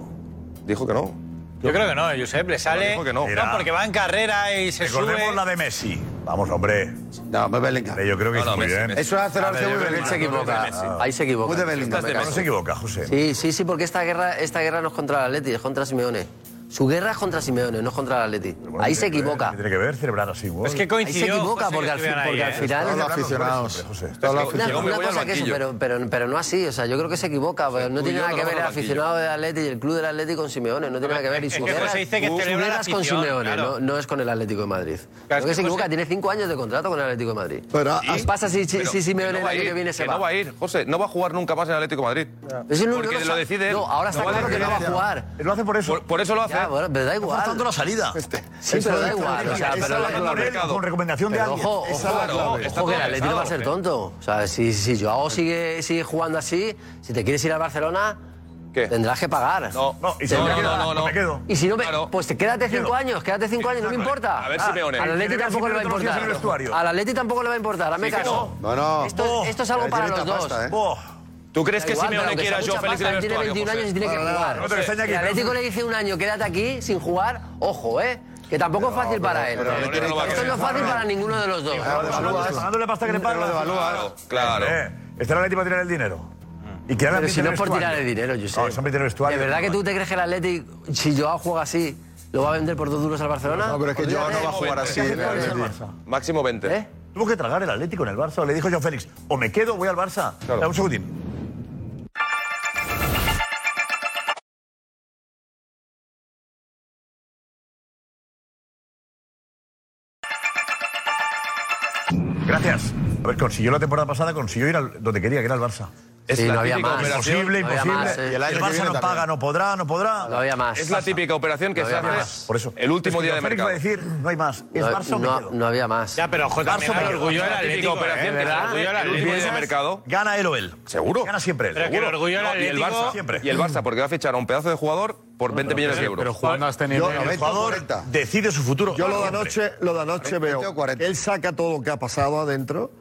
S5: Dijo que no.
S22: Yo creo que no, Josep, le sale.
S2: dijo que no.
S22: No, porque va en carrera y se
S2: Recordemos
S22: sube.
S2: la de Messi. Vamos, hombre.
S6: No, me Bellingham.
S2: Yo creo que
S6: No,
S2: hizo
S6: no,
S2: muy
S6: Messi,
S2: bien.
S6: Messi. Eso es hacer
S2: A ver,
S6: algo
S2: yo
S6: muy
S2: creo
S6: bien,
S2: que
S6: se
S2: no,
S6: equivoca.
S2: no, no, no.
S12: Ahí se equivoca.
S2: Muy de
S12: Estás
S2: Bellingham,
S12: de
S2: No se
S12: Messi.
S2: equivoca, José.
S12: Sí, sí, sí, porque esta guerra, esta guerra no es contra el Atleti, es contra Simeone. Su guerra es contra Simeone, no es contra el Atleti. ahí se
S2: Tiene que ver,
S12: equivoca.
S2: Tiene que ver celebrar así. gol.
S12: Es que coincidió, Ahí se equivoca, José, porque que al fin- estuvieran porque ahí, al ¿eh? final-
S2: Todos los
S12: aficionados.
S2: goles, José.
S12: Una,
S2: Todos los aficionados.
S12: una cosa que eso, pero, pero, pero no así. O sea, yo creo que se equivoca. pero no
S22: tú y
S12: tiene
S22: yo
S12: nada que
S22: nos
S12: ver el
S22: vamos al
S12: aficionado del Atleti y el club del Atleti con Simeone. No tiene nada que ver. Y
S22: es
S12: su
S22: que
S12: guerra,
S22: José dice que
S12: su- su
S22: celebra la
S12: guerra es con
S22: afición,
S12: Simeone,
S22: claro.
S12: no, no es con el Atlético de Madrid. Creo que,
S22: que
S12: se equivoca.
S22: José-
S12: Tiene cinco años de contrato con el Atlético de Madrid.
S5: ¿Y?
S12: ¿Qué pasa si, si,
S5: Pero
S12: si Simeone
S5: no
S12: el
S5: va a
S12: año
S5: ir,
S12: que viene se
S5: que
S12: va?
S5: No va a ir, José. No va a jugar nunca más en el Atlético de Madrid.
S12: Es el único
S5: Porque
S12: que
S5: lo
S12: sa-
S5: decide él.
S12: No, ahora está
S5: va a
S12: claro que no va a
S5: decidir él.
S12: jugar.
S2: Él lo hace por eso.
S5: Por, por eso lo hace.
S12: Ya, bueno, pero da igual.
S2: Forzando la salida.
S12: Sí, pero da igual. O sea,
S2: Esa
S12: pero
S2: la que pone él con recomendación de
S12: Pero
S2: alguien.
S12: Ojo, ojo,
S2: Esa es la
S12: ojo,
S2: clave.
S12: ojo que el Atlético va a ser tonto. O sea, si, si Joao sigue, sigue jugando así, si te quieres ir al Barcelona, tendrás que pagar.
S5: No,
S2: no, y si
S12: Tendrás-
S2: me quedo, no, no, me quedo.
S12: Y si no, me- pues te quédate cinco años, quédate cinco años, no me importa.
S5: A ver,
S12: Ah,
S5: Simeone.
S12: Al
S5: Que
S12: Atlético
S5: le veas
S12: tampoco le va a
S5: Simeone todos los días en el
S12: importar.
S5: vestuario.
S12: Al Atlético tampoco le va a importar, hazme
S5: Sí que
S12: caso.
S5: no. No, no.
S12: Esto, es- esto es algo
S5: Pero
S12: para
S5: tiene
S12: los
S5: mucha
S12: dos.
S5: pasta, ¿eh? Boh. ¿Tú crees
S12: Da
S5: que
S12: igual,
S5: Simeone
S12: pero que
S5: quiere a
S12: sea
S5: Joao
S12: mucha
S5: Félix en
S12: pasta,
S5: el
S12: Tiene
S5: vestuario,
S12: 21 años y tiene que
S5: José?
S12: jugar.
S5: No te extraña
S12: El
S5: que-
S12: Atlético le dice un año, quédate aquí sin jugar, ojo, ¿eh? Que tampoco es fácil para él.
S5: pero no lo va a
S12: Esto no es
S5: querer.
S12: fácil para ninguno de los dos.
S2: Pagándole pasta que le pagan.
S5: Claro, claro.
S2: Eh, Este era el Atleti para tirar el dinero. Y que ahora
S12: Pero si no es por tirar el
S2: dinero, yo sé. No, siempre tiene vestuario.
S12: ¿De verdad que tú te crees que el Atleti, si Joao juega así, lo va a vender por dos duros al Barcelona?
S5: No, pero es que Joao no va a jugar así en el Atleti. Máximo 20.
S2: ¿Eh? Tuvo que tragar el Atlético en el Barça. O Le dijo John Félix, o me quedo o voy al Barça. Dame Un segundín. Gracias. A ver, consiguió la temporada pasada, consiguió ir al, donde quería, que era al Barça.
S5: Es Sí, la no había típica más. operación,
S2: Imposible,
S5: no había
S2: imposible.
S5: más, eh.
S2: Y el, año que viene
S5: no
S2: no
S5: paga,
S2: paga, no podrá, no podrá.
S5: No había más. Es la típica operación que No se había hace más.
S2: Por eso.
S5: el último
S2: Es que
S5: día de
S2: Félix
S5: mercado.
S2: va a decir, no hay más. Es
S12: No,
S2: Barça o me
S12: no,
S2: quedo.
S12: no había más.
S22: Ya, Ah, pero Jota, también el orgullo del Atlético,
S5: operación
S22: ¿eh?
S5: que se
S22: ¿Verdad?
S5: orgulló el
S22: El
S5: Atlético
S22: orgullo
S5: ese
S22: del-
S5: mercado.
S2: Gana él o él.
S5: Seguro.
S2: Gana siempre él.
S5: Seguro.
S22: que el orgullo del
S5: No, y el
S22: Atlético-
S5: Barça
S22: Siempre.
S5: Y el Barça, porque va a fichar a un pedazo de jugador por 20 millones de
S2: pero-
S5: euros.
S2: pero jugando a este nivel- Yo, El 90 o jugador 40. decide su futuro.
S13: Yo lo de
S2: Siempre.
S13: anoche, lo de anoche veo. que Él saca todo lo que ha pasado adentro.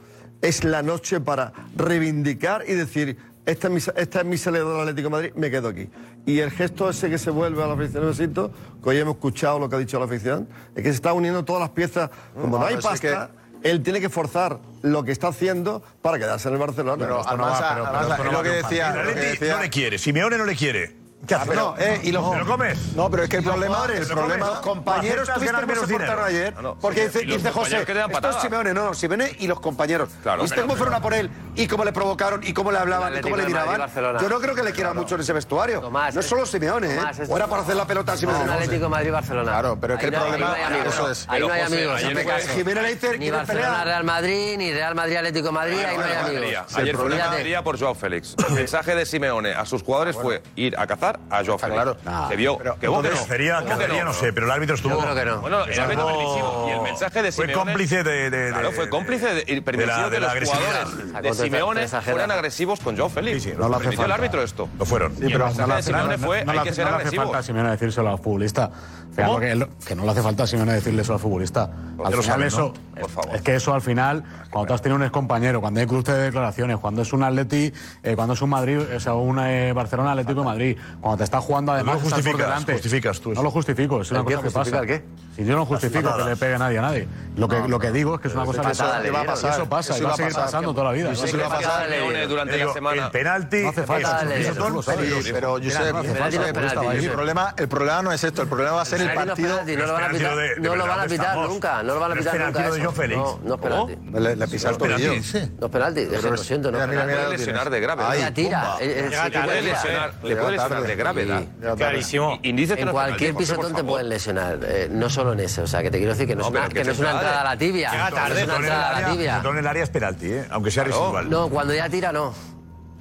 S13: Es la noche para reivindicar y decir, esta es mi, esta es mi selección del Atlético de Madrid, me quedo aquí. Y el gesto ese que se vuelve a la afición de Besito, que hoy hemos escuchado lo que ha dicho la afición, es que se está uniendo todas las piezas. Como no
S15: Ah,
S13: hay
S15: pero
S13: pasta,
S15: sí
S13: él tiene que forzar lo que está haciendo para quedarse en el Barcelona.
S15: Pero Esto no va, Almanza- pero- pero Almanza, esto no es va lo que a triunfar. decía-
S2: El
S15: lo que
S2: Atleti
S15: decía-
S2: no le quiere. Simeone no le quiere. ¿Qué
S15: Ah,
S2: hace?
S15: pero- eh, y los-
S2: ¿Te lo comes?
S15: No, pero es que el
S2: ¿Y los
S15: problema-
S2: jugadores?
S15: el
S2: ¿Te lo
S15: problema-
S2: comes?
S6: compañeros
S2: ¿Aceptas
S6: tuviste
S2: ganar
S6: cómo se
S2: menos dinero?
S6: portaron ayer.
S5: No, no,
S6: porque
S5: sí,
S6: dice,
S5: y los
S6: dice
S5: compañeros
S6: José,
S5: que le dan
S6: esto es
S5: patadas".
S6: Simeone, no, Simeone y los compañeros.
S5: Claro,
S6: ¿Viste
S5: pero-
S6: cómo fueron a por él y cómo le provocaron y cómo le hablaban y
S12: Atlético
S6: cómo le
S12: de Madrid,
S6: tiraban?
S12: Barcelona.
S6: Yo no creo que le quiera mucho en ese vestuario. no es solo Simeone,
S12: Tomás,
S6: ¿eh?
S12: es-
S6: O era para hacer la pelota a
S12: Es
S6: Simeone.
S12: un Atlético Madrid-Barcelona. Claro,
S6: pero es que el problema- eso es.
S12: Ahí no hay
S6: Pero, José,
S12: amigos.
S6: ayer
S12: hazme
S6: fue-
S12: caso.
S6: Jiménez Leizer,
S12: Ni
S6: ¿quieren pelear?
S12: Barcelona-Real Madrid, ni Real Madrid-Atlético Madrid, ahí no hay amigos.
S5: Ayer fue una tontería por Joao Félix. El mensaje de Simeone a sus
S2: Ah,
S5: jugadores fue ir a cazar a Joao Félix. Que vio que vos que no.
S2: Sería,
S5: Vos que
S2: no sé, pero el árbitro estuvo.
S5: Bueno, el árbitro
S2: Estuvo-
S5: permisivo. Y el mensaje de
S2: Fue
S5: Simeone...
S2: cómplice de... de- de-
S5: Claro, fue cómplice de, y permitió
S2: de la- de
S5: que
S2: la
S5: los
S2: agresividad.
S5: jugadores
S2: Sacó
S5: de
S2: tres-
S5: Simeone
S2: tres ajenas.
S5: fueran agresivos con Joao Félix.
S2: no le hace
S5: permitió el
S2: falta.
S5: árbitro esto.
S2: Lo fueron.
S5: Y el mensaje de
S14: no-
S5: Simeone
S14: no-
S5: fue,
S14: no
S5: hay
S14: le
S5: que
S14: hace-
S5: ser
S14: no le hace
S5: agresivo.
S14: falta a Simeone decírselo al futbolista. Fíjate
S5: ¿Cómo?
S14: Que, él- que no le hace falta a Simeone decirle eso al futbolista.
S5: Porque
S14: Al
S5: lo
S14: final
S5: sabe, ¿no?
S14: eso, es que eso al final, cuando tú has tenido un excompañero, cuando hay cruce de declaraciones, cuando es un Atleti, eh, cuando es un Madrid, o sea, un eh, Barcelona Atlético de Madrid, cuando te está jugando además
S2: No lo
S14: estás por
S2: justificas,
S14: delante.
S2: justificas tú eso.
S14: No lo justifico, es una
S2: ¿El qué?
S14: cosa que
S2: ¿Justifica
S14: pasa.
S2: el qué?
S14: Si yo no justifico que
S2: patadas.
S14: le pegue a nadie a nadie. Lo que,
S2: No,
S14: lo que digo es que es una
S2: Pero
S14: cosa
S2: eso
S14: que
S2: pasa,
S14: pasa.
S2: le va a pasar.
S14: Eso pasa,
S2: Eso
S14: y va
S2: iba
S14: a
S2: a
S14: seguir
S2: pasar.
S14: pasando toda la vida.
S2: Eso
S14: Eso
S2: iba a
S14: le
S2: pasar a Leone durante la semana.
S14: No
S12: Eh,
S14: hace falta.
S2: Eso,
S14: leer.
S2: eso tú lo sabes.
S14: Penalti,
S2: Pero-
S14: pero,
S2: Mira,
S14: Josep,
S2: no hace
S14: el
S2: falta
S14: penalti
S2: que
S14: no es
S2: estaba ahí.
S14: penalti.
S2: El problema- el problema no es esto, el problema va a ser el
S12: Penalti no es
S2: partido.
S12: penalti, no lo van a pitar-
S2: Pero es penalti
S12: no lo
S2: de
S12: van a
S2: verdad
S12: pitar
S2: estamos.
S12: nunca, no lo van a
S2: Pero es
S12: pitar
S2: penalti
S12: nunca
S2: lo de
S12: eso.
S2: Joao Félix.
S12: No, no es
S2: ¿Cómo?
S12: penalti.
S6: Le, le pisa
S12: No es
S6: el tobillo.
S12: penalti. No es penalti,
S6: Pero
S12: lo
S6: es-
S12: siento, no
S6: mira,
S12: es
S6: mira,
S12: penalti.
S6: mira,
S5: lesionar de grave.
S6: Ahí,
S12: Ella tira.
S6: pumba.
S12: eh, eh, sí,
S5: Le puede lesionar, le puede lesionar de gravedad.
S12: Claro.
S5: Y, y dice que
S12: en
S5: no es penalti,
S12: cualquier
S5: José, por
S12: pisotón te
S5: favor.
S12: pueden lesionar, eh, no solo en ese. O sea, que te quiero decir que no,
S2: No,
S12: es, una,
S2: pero que
S12: que no es
S2: se
S12: una
S2: entrade.
S12: entrada a la tibia.
S2: Llega
S12: No es
S2: tarde,
S12: una
S2: con el
S12: entrada a la
S2: área-
S12: tibia.
S2: con el área es penalti, ¿eh? aunque sea residual.
S12: No, cuando ya tira, no.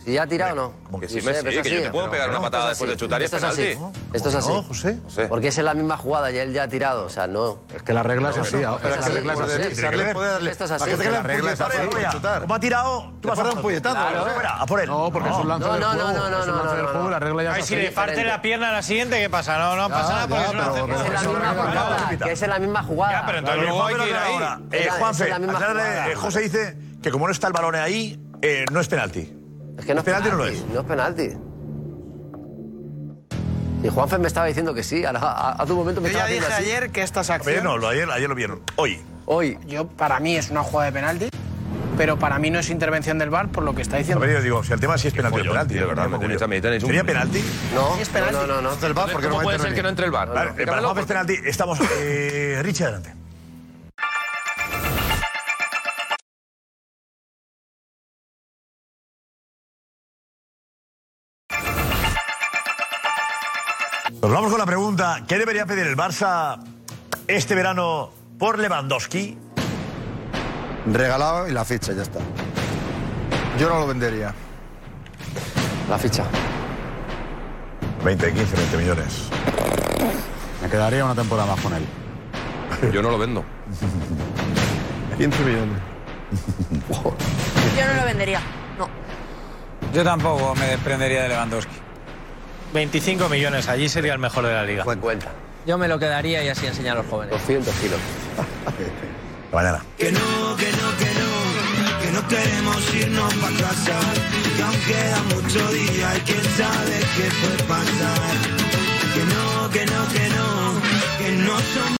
S12: Si ya tira o no.
S5: Como que sí,
S12: Josep,
S5: Messi,
S12: es
S5: que yo
S12: así.
S5: te puedo pegar una
S12: No,
S5: patada
S12: esto
S5: después
S12: es así.
S5: de chutar y es
S12: Esto es así.
S5: penalti.
S12: Esto es así.
S5: ¿Cómo que no,
S12: Porque es en la misma jugada y él ya ha tirado. O sea, no. Es
S14: que la regla es así.
S12: No, es
S14: Pero es que la
S12: así.
S14: regla es así.
S12: Sí, sí,
S14: Tiene que ver.
S12: sí. Esto es así.
S2: Como ha tirado, tú vas a dar un puñetazo. A por él.
S14: No, porque es un lance
S2: No,
S14: del
S2: no,
S14: juego.
S2: no, no,
S14: es un
S2: no,
S14: lance
S2: no,
S14: del
S2: no,
S14: juego,
S2: no.
S14: la regla ya
S22: Ay,
S14: está
S22: si le
S14: así.
S22: parte la pierna a la siguiente, ¿qué pasa? No, no pasa nada porque es una
S12: Es en la misma jugada. Que es en la misma jugada.
S22: pero entonces luego hay que ir ahí.
S2: Ahora,
S12: Es
S2: eh,
S12: la-
S2: Juanfe,
S12: es la misma
S2: aclárale,
S12: jugada.
S2: eh, José dice que como no está el balón ahí, eh, no es penalti.
S12: Es que no es penalti,
S2: penalti, no lo es.
S12: No es penalti. Y Juanfe me estaba diciendo que sí. a la- a- Hace un momento me
S11: Yo ya
S12: estaba
S11: dije
S12: diciendo así.
S11: ayer que estas acciones.
S2: Ayer no, lo- ayer, ayer lo vieron. Hoy.
S12: Hoy.
S11: Yo, para mí es una jugada de penalti, pero para mí no es intervención del VAR por lo que está
S2: A
S11: diciendo.
S2: ver, yo digo, si el tema sí es penalti, es penalti. De verdad, ¿Sería penalti?
S12: No,
S11: es penalti.
S12: no, no, no.
S2: Entra el VAR, porque no va a intervenir.
S5: entre el bar?
S2: Vale, eh, para Juanfe es penalti. Estamos... eh, Richie, adelante. Nos vamos con la pregunta, ¿qué debería pedir el Barça este verano por Lewandowski?
S6: Regalado y la ficha, ya está. Yo no lo vendería.
S12: La ficha.
S2: 20, 15, 20 millones.
S14: Me quedaría una temporada más con él.
S5: Yo no lo vendo.
S13: 15 millones.
S4: Yo no lo vendería. No.
S22: Yo tampoco me desprendería de Lewandowski. 25 millones, allí sería el mejor de la liga.
S12: Buen cuenta.
S23: Yo me lo quedaría y así enseñar a los jóvenes.
S12: 200 kilos.
S2: Mañana.
S10: Que no, que no, que no, que no queremos irnos para casa. Que aún queda mucho día y quién sabe qué puede pasar. Que no, que no, que no, que no somos.